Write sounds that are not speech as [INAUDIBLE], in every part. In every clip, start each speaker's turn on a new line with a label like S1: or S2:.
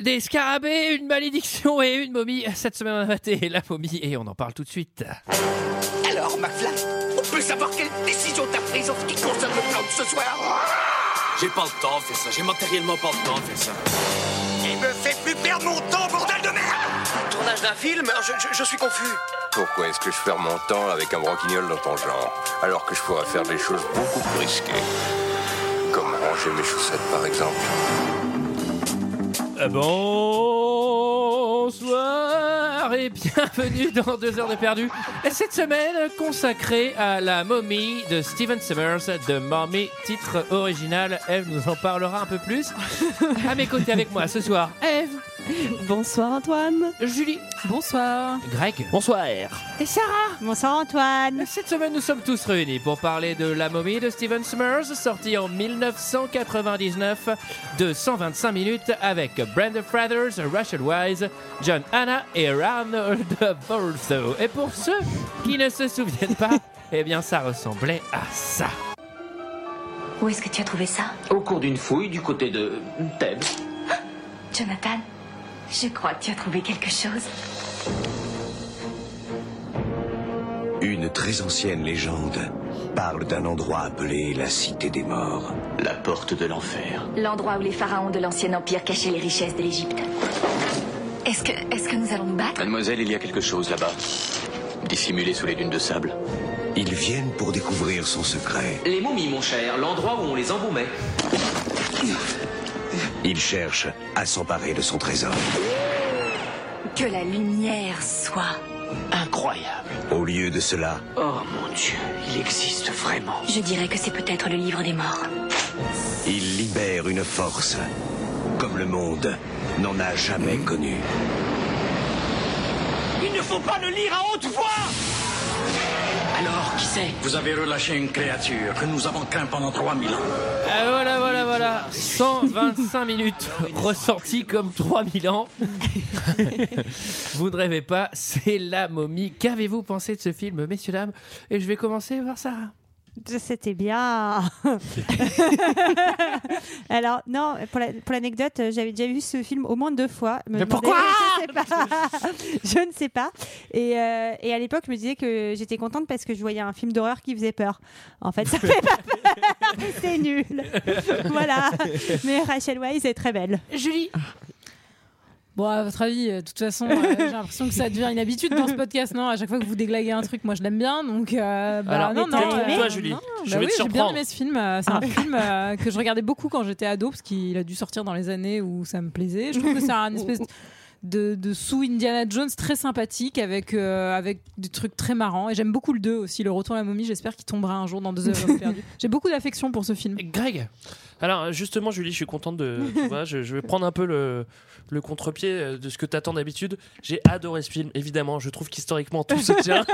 S1: Des scarabées, une malédiction et une momie. Cette semaine, on a maté la momie et on en parle tout de suite.
S2: Alors, McFly, on peut savoir quelle décision t'as prise en ce qui concerne le plan de ce soir
S3: J'ai pas le temps de faire ça, j'ai matériellement pas le temps de faire ça.
S2: Il me fait plus perdre mon temps, bordel de merde
S4: Tournage d'un film je, je- je suis confus.
S5: Pourquoi est-ce que je perds mon temps avec un broquignol dans ton genre Alors que je pourrais faire des choses beaucoup plus risquées. Comme ranger mes chaussettes par exemple.
S1: Euh, Bonsoir et bienvenue dans 2 heures de perdu. Et Cette semaine consacrée à la momie de Steven Summers de Mommy, titre original. Eve nous en parlera un peu plus. À mes côtés avec moi ce soir, Eve,
S6: Bonsoir Antoine.
S1: Julie,
S6: Bonsoir.
S1: Greg, bonsoir et Sarah.
S6: Bonsoir Antoine.
S1: Cette semaine, nous sommes tous réunis pour parler de La momie de Steven Summers, sortie en 1999 de 125 minutes avec Brenda Frathers, Rachel Wise, John Hanna et Arnold Bolso. Et pour ceux qui ne se souviennent pas, eh bien, ça ressemblait à ça.
S7: Où est-ce que tu as trouvé ça
S8: Au cours d'une fouille du côté de Thèbes.
S7: [GASPS] Jonathan, je crois que tu as trouvé quelque chose.
S9: Une très ancienne légende parle d'un endroit appelé la Cité des Morts.
S8: La porte de l'enfer.
S7: L'endroit où les pharaons de l'ancien empire cachaient les richesses de l'Égypte. Est-ce que, est-ce que nous allons nous battre
S8: Mademoiselle, il y a quelque chose là-bas. Dissimulé sous les dunes de sable.
S9: Ils viennent pour découvrir son secret.
S4: Les momies, mon cher, l'endroit où on les embaumait.
S9: Ils cherchent à s'emparer de son trésor.
S7: Que la lumière soit.
S8: Incroyable.
S9: Au lieu de cela,
S8: Oh mon Dieu, il existe vraiment.
S7: Je dirais que c'est peut-être le livre des morts.
S9: ils libèrent une force comme le monde n'en a jamais connue.
S4: Il ne faut pas le lire à haute voix
S8: Alors, qui sait
S10: Vous avez relâché une créature que nous avons craint pendant 3000 ans.
S1: Ah, voilà, voilà, voilà. 125 minutes ressorties comme 3000 ans. vous ne rêvez pas, c'est La momie. Qu'avez-vous pensé de ce film, messieurs, dames Et je vais commencer par Sarah.
S6: C'était bien. Alors non, pour la- pour l'anecdote, euh, j'avais déjà vu ce film au moins deux fois. Me
S1: Mais
S6: demandais-
S1: pourquoi
S6: Je ne sais pas. [LAUGHS] Je ne sais pas. Et, euh, et à l'époque, je me disais que j'étais contente parce que je voyais un film d'horreur qui faisait peur. En fait, ça fait pas peur. [LAUGHS] C'est nul. voilà. Mais Rachel Wise est très belle.
S1: Julie
S11: Bon, à votre avis, euh, de toute façon, euh, [LAUGHS] j'ai l'impression que ça devient une habitude dans ce podcast, non À chaque fois que vous déglaguez un truc, moi je l'aime bien, donc. euh, bah,
S1: Alors,
S11: non,
S1: mais
S11: non,
S1: t'as aimé, toi, Julie
S11: non,
S1: Je
S11: bah
S1: vais te
S11: oui, j'ai bien
S1: surprendre.
S11: aimé ce film. euh, C'est un film euh, que je regardais beaucoup quand j'étais ado, parce qu'il a dû sortir dans les années où ça me plaisait. Je trouve que c'est un espèce de, de sous Indiana Jones très sympathique avec, euh, avec des trucs très marrants. Et j'aime beaucoup le 2 aussi, Le Retour à la momie. J'espère qu'il tombera un jour dans deux heures perdues. J'ai beaucoup d'affection pour ce film.
S1: Greg
S12: Alors justement, Julie, je suis contente de.
S11: [LAUGHS]
S12: tu vois, je, je vais prendre un peu le, le contre-pied euh, de ce que t'attends d'habitude. J'ai adoré ce film, évidemment. Je trouve qu'historiquement tout se
S11: [LAUGHS]
S12: tient.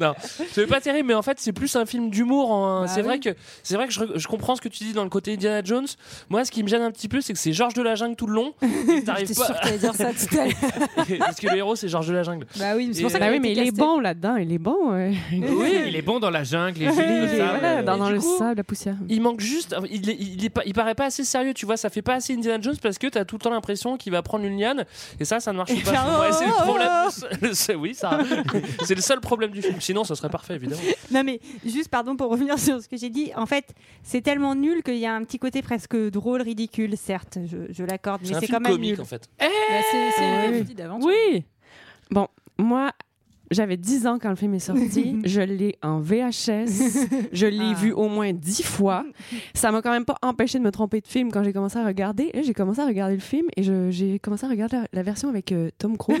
S12: non, c'est pas terrible, mais en fait, c'est plus un film d'humour. en-
S11: Bah
S12: c'est vrai
S11: oui.
S12: que c'est vrai que je, re- je comprends ce que tu dis dans le côté Indiana Jones. Moi, ce qui me gêne un petit peu, c'est que c'est Georges de la Jungle tout le
S11: [LAUGHS]
S12: long. et que
S11: J'étais
S12: T'arrives
S11: sûre
S12: pas.
S11: que t'allais dire ça tout à
S12: [LAUGHS]
S11: l'heure.
S12: Parce que le héros, c'est Georges de la Jungle.
S11: Bah oui, mais c'est pour ça
S12: Bah
S11: qu'il a été casté.
S6: là-dedans. Il est bon.
S1: Oui, il est bon dans la jungle, et Julie le savent.
S6: Euh,
S12: dans- dans le sable,
S6: la poussière.
S12: il manque juste euh, il, est- il, est pas- il paraît pas assez sérieux tu vois ça fait pas assez Indiana Jones parce que t'as tout le temps l'impression qu'il va prendre une liane et ça ça ne marche pas
S6: faire,
S12: Ouais, c'est le
S6: oh,
S12: problème
S6: oh.
S12: le [LAUGHS] seul- oui ça c'est le seul problème du film sinon ça serait parfait évidemment
S6: Non mais juste pardon pour revenir [LAUGHS] sur ce que j'ai dit. En fait, c'est tellement nul qu'il y a un petit côté presque drôle, ridicule, certes, je, je l'accorde,
S12: c'est
S6: mais
S12: un
S6: c'est
S12: film
S6: quand même
S12: comique
S6: nul.
S12: en fait
S11: Bah, c'est- c'est une comédie d'avant.
S6: Oui.
S7: Bon, moi, j'avais 10 ans quand le film est
S11: [LAUGHS]
S7: sorti. je l'ai en VHS. Je l'ai
S11: Ah.
S7: vu au moins 10 fois. Ça m'a quand même pas empêché de me tromper de film quand j'ai commencé à regarder. Là, j'ai commencé à regarder le film et je- j'ai commencé à regarder la, la version avec euh, Tom
S11: [LAUGHS]
S7: Cruise.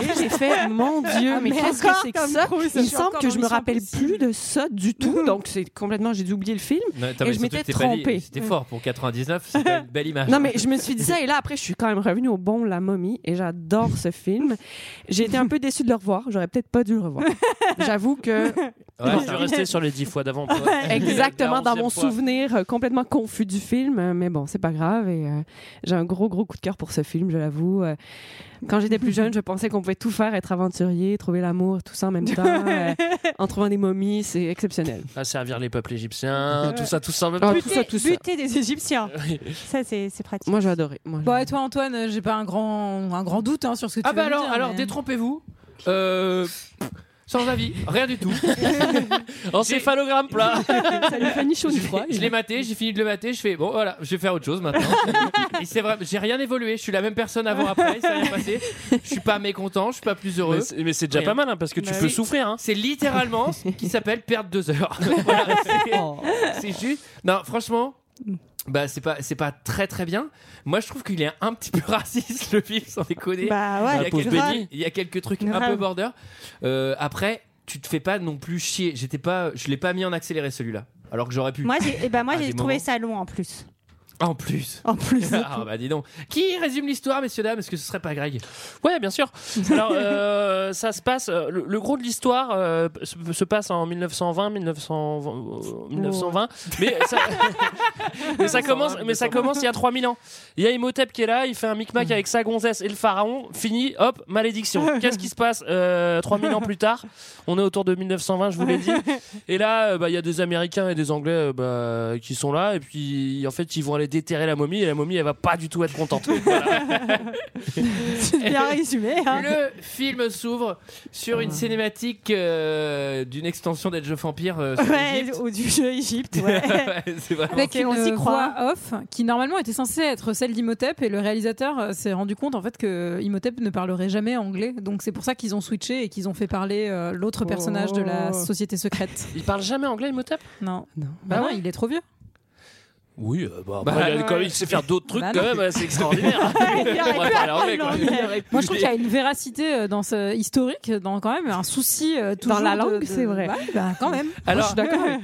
S7: et j'ai fait, mon Dieu,
S11: Ah,
S7: mais qu'est-ce que c'est que ça? Il semble que je me rappelle plus de ça du
S11: [LAUGHS]
S7: tout. Donc, c'est complètement, j'ai oublié le film. Et je m'étais trompée.
S1: C'était fort pour 99, c'est une belle image.
S7: Non, mais je me suis dit ça, et là,
S11: [LAUGHS]
S7: après, je suis quand même revenue au bon La Momie, et j'adore ce film. J'ai été un peu déçue de le revoir. J'aurais peut-être pas dû
S4: [LAUGHS]
S7: le revoir. J'avoue que.
S12: Ouais, je suis resté sur les dix fois d'avant. pour-
S7: Exactement,
S12: La
S7: dans mon
S12: onzième fois.
S7: souvenir euh, complètement confus du film, euh, mais bon, c'est pas grave. Et euh, j'ai un gros, gros coup de cœur pour ce film, je l'avoue. Euh, quand j'étais plus jeune, je pensais qu'on pouvait tout faire, être aventurier, trouver l'amour, tout ça en même temps. euh, en trouvant des momies, c'est exceptionnel.
S12: Ah, servir les peuples égyptiens, tout ça, tout ça en même
S7: Ah,
S12: temps.
S7: tout ça, tout ça.
S6: Buter des
S12: [LAUGHS]
S6: Égyptiens. ça, c'est c'est pratique.
S7: Moi, j'ai adoré. Moi,
S11: Bon, et toi, Antoine, euh, j'ai pas un grand, un grand doute hein, sur ce que tu
S1: Ah bah
S11: vas me
S1: alors,
S11: dire,
S1: alors
S11: mais-
S1: détrompez-vous. Euh, sans avis, rien
S12: [LAUGHS]
S1: du tout. Encéphalogramme plat.
S7: Salut Fanny Chaud,
S1: Je l'ai maté, j'ai fini de le mater, je fais bon voilà, je vais faire autre chose maintenant. Et c'est vrai, j'ai rien évolué, je suis la même personne avant après, ça rien passé. Je suis pas mécontent, je suis pas plus heureux.
S12: Mais c'est- mais c'est déjà pas mal, hein, parce que tu peux souffrir,
S1: C'est littéralement ce qui s'appelle perdre deux heures. [LAUGHS] Voilà, c'est- c'est juste. Non, franchement. Bah c'est pas c'est pas très très bien. Moi je trouve qu'il est un petit peu [LAUGHS] raciste le film sans déconner.
S6: Bah ouais,
S1: il, y a
S6: La pauvre
S1: quelques-
S6: Benny.
S1: il y a quelques trucs un
S6: Grave.
S1: peu border. Euh, après tu te fais pas non plus chier. J'étais pas je l'ai pas mis en accéléré celui-là alors que j'aurais pu.
S6: Moi, j'ai eh ben,
S12: Ah,
S6: moi,
S1: À
S6: j'ai
S1: des
S6: trouvé
S1: moments.
S6: ça long en plus.
S1: En plus.
S6: En plus.
S1: ah bah dis donc. Qui résume l'histoire, messieurs dames Est-ce que ce serait pas Greg
S12: Ouais, bien sûr. Alors, euh, ça se passe. euh, Le, le gros de l'histoire euh, se, se passe en 1920, 1920, euh, 1920. Mais ça, mais ça commence. Mais ça commence il y a 3000 ans. Il y a Imhotep qui est là. Il fait un micmac avec sa gonzesse et le pharaon. Fini. Hop, malédiction. Qu'est-ce qui se passe euh, 3000 ans plus tard On est autour de 1920. Je vous l'ai dit. Et là, euh, bah, il y a des Américains et des Anglais euh, bah, qui sont là. Et puis, en fait, ils vont aller déterrer la momie. Et la momie, elle va pas du tout être contente.
S6: Bien résumé.
S12: [LAUGHS]
S6: hein.
S1: Le film s'ouvre sur une cinématique euh, d'une extension d'Edge of Empire euh, sur
S6: Ouais,
S1: l'Égypte.
S6: ou du jeu Égypte. Ouais.
S1: [LAUGHS] Ouais, c'est vraiment-
S11: Avec
S6: Ok, on
S11: une
S6: s'y croit.
S11: voix off qui normalement était censée être celle d'Imhotep et le réalisateur euh, s'est rendu compte en fait que Imhotep ne parlerait jamais anglais donc c'est pour ça qu'ils ont switché et qu'ils ont fait parler euh, l'autre personnage de la
S7: [LAUGHS]
S11: société secrète.
S12: Il parle jamais anglais, Imhotep
S11: Non.
S7: Oh. Non. Ah
S11: Bah non, il est trop vieux.
S12: Oui, euh, bah,
S1: Bah,
S12: après, il, a-
S1: ouais.
S12: quand même, il sait faire d'autres trucs
S11: Bah,
S12: quand
S11: non.
S12: même, euh, c'est extraordinaire.
S11: [LAUGHS] Il
S12: [LAUGHS] On va
S11: aurait pu
S12: parler anglais, quoi.
S11: apprendre l'anglais. Moi je trouve qu'il y a une véracité euh, dans ce historique dans quand même un souci euh, toujours
S7: la
S11: de-
S7: langue,
S11: de-
S7: c'est vrai.
S11: Ouais, bah, quand même.
S1: Alors,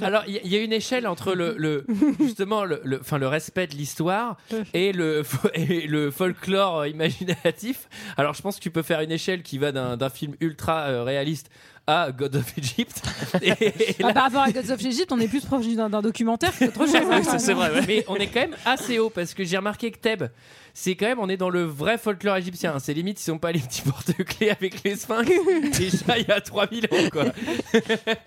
S1: alors, il y a- il y, a une échelle entre le,
S11: [LAUGHS]
S1: le- justement le, le- enfin, le respect de l'histoire et le, fo- [LAUGHS] et le folklore euh, imaginatif. Alors, je pense que tu peux faire une échelle qui va d'un d'un film ultra euh, réaliste à God of
S11: [LAUGHS]
S1: Egypt. Et- et
S11: Ah, par rapport à Gods of Egypt, on est plus proche d'un d'un documentaire
S12: [LAUGHS]
S7: [LAUGHS]
S11: que d'autre chose. hein.
S12: Ça, c'est vrai, ouais.
S1: Mais on est quand même assez haut parce que j'ai remarqué que Thèbes, c'est quand même, on est dans le vrai folklore égyptien. C'est limite, ils sont pas les petits porte-clés avec
S12: [LAUGHS]
S1: les sphinx. Déjà, il y a 3000 ans, quoi.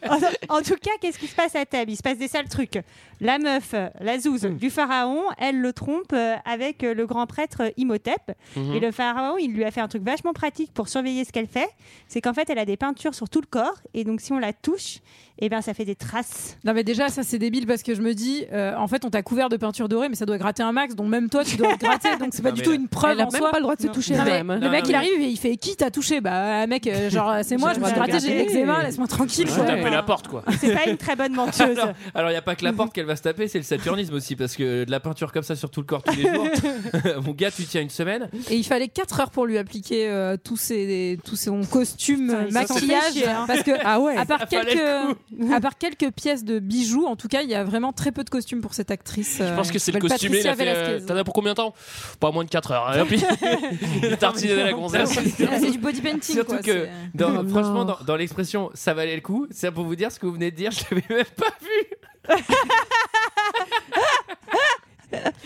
S6: en, en tout cas, qu'est-ce qui se passe à Thèbes Il se passe des sales trucs. La meuf, euh, la zouze
S12: Hmm.
S6: du pharaon, elle le trompe euh, avec euh, le grand prêtre euh, Imhotep.
S12: Mhm.
S6: Et le pharaon, il lui a fait un truc vachement pratique pour surveiller ce qu'elle fait. C'est qu'en fait, elle a des peintures sur tout le corps. Et donc, si on la touche, eh ben, ça fait des traces.
S11: Non mais déjà ça c'est débile parce que je me dis euh, en fait on t'a couvert de peinture dorée mais ça doit gratter un max donc même toi
S7: [LAUGHS]
S11: tu dois le gratter donc c'est pas
S1: Non,
S11: du
S1: mais
S11: tout
S1: là-
S11: une preuve
S7: Elle a
S11: en
S7: même
S11: soi.
S7: pas le droit de se toucher
S11: Non, mais
S7: elle-même, hein.
S11: le
S1: Non,
S11: mec
S1: non,
S11: il
S1: mais-
S11: arrive et il fait qui t'a touché bah euh, mec
S12: [LAUGHS]
S11: euh, genre c'est moi je me suis
S7: regardé.
S11: gratté j'ai de l'eczéma laisse-moi tranquille
S12: Je
S11: quoi.
S12: tapais la porte, quoi.
S6: C'est pas une très
S12: [LAUGHS]
S6: bonne menteuse.
S1: Alors, alors, il n'y a pas que la porte qu'elle va se taper, c'est le saturnisme aussi, parce que de la peinture comme ça sur tout le corps tous
S12: [LAUGHS]
S1: les jours, mon gars, tu tiens une semaine.
S11: et il fallait 4 heures pour lui appliquer euh, tous ses tous son costume
S6: Putain, ils sont fait
S11: maquillage
S6: chier, hein.
S11: parce que
S7: [LAUGHS] Ah ouais.
S11: à part
S1: Ça valait
S6: Ah,
S11: quelques à part quelques pièces de bijoux en tout cas il y a vraiment très peu de costumes pour cette actrice euh,
S12: Je pense que c'est le costumé. Il a fait, euh, T'en as pour combien de temps Pas moins de 4 heures. hein. Et [LAUGHS] puis, il tartinait la gonzesse.
S7: Ah,
S11: c'est du body painting
S1: Surtout
S11: quoi,
S1: que,
S11: c'est-
S1: dans-
S7: Oh non.
S1: franchement, dans, dans l'expression ça valait le coup, c'est pour vous dire ce que vous venez de dire, je l'avais même pas vu.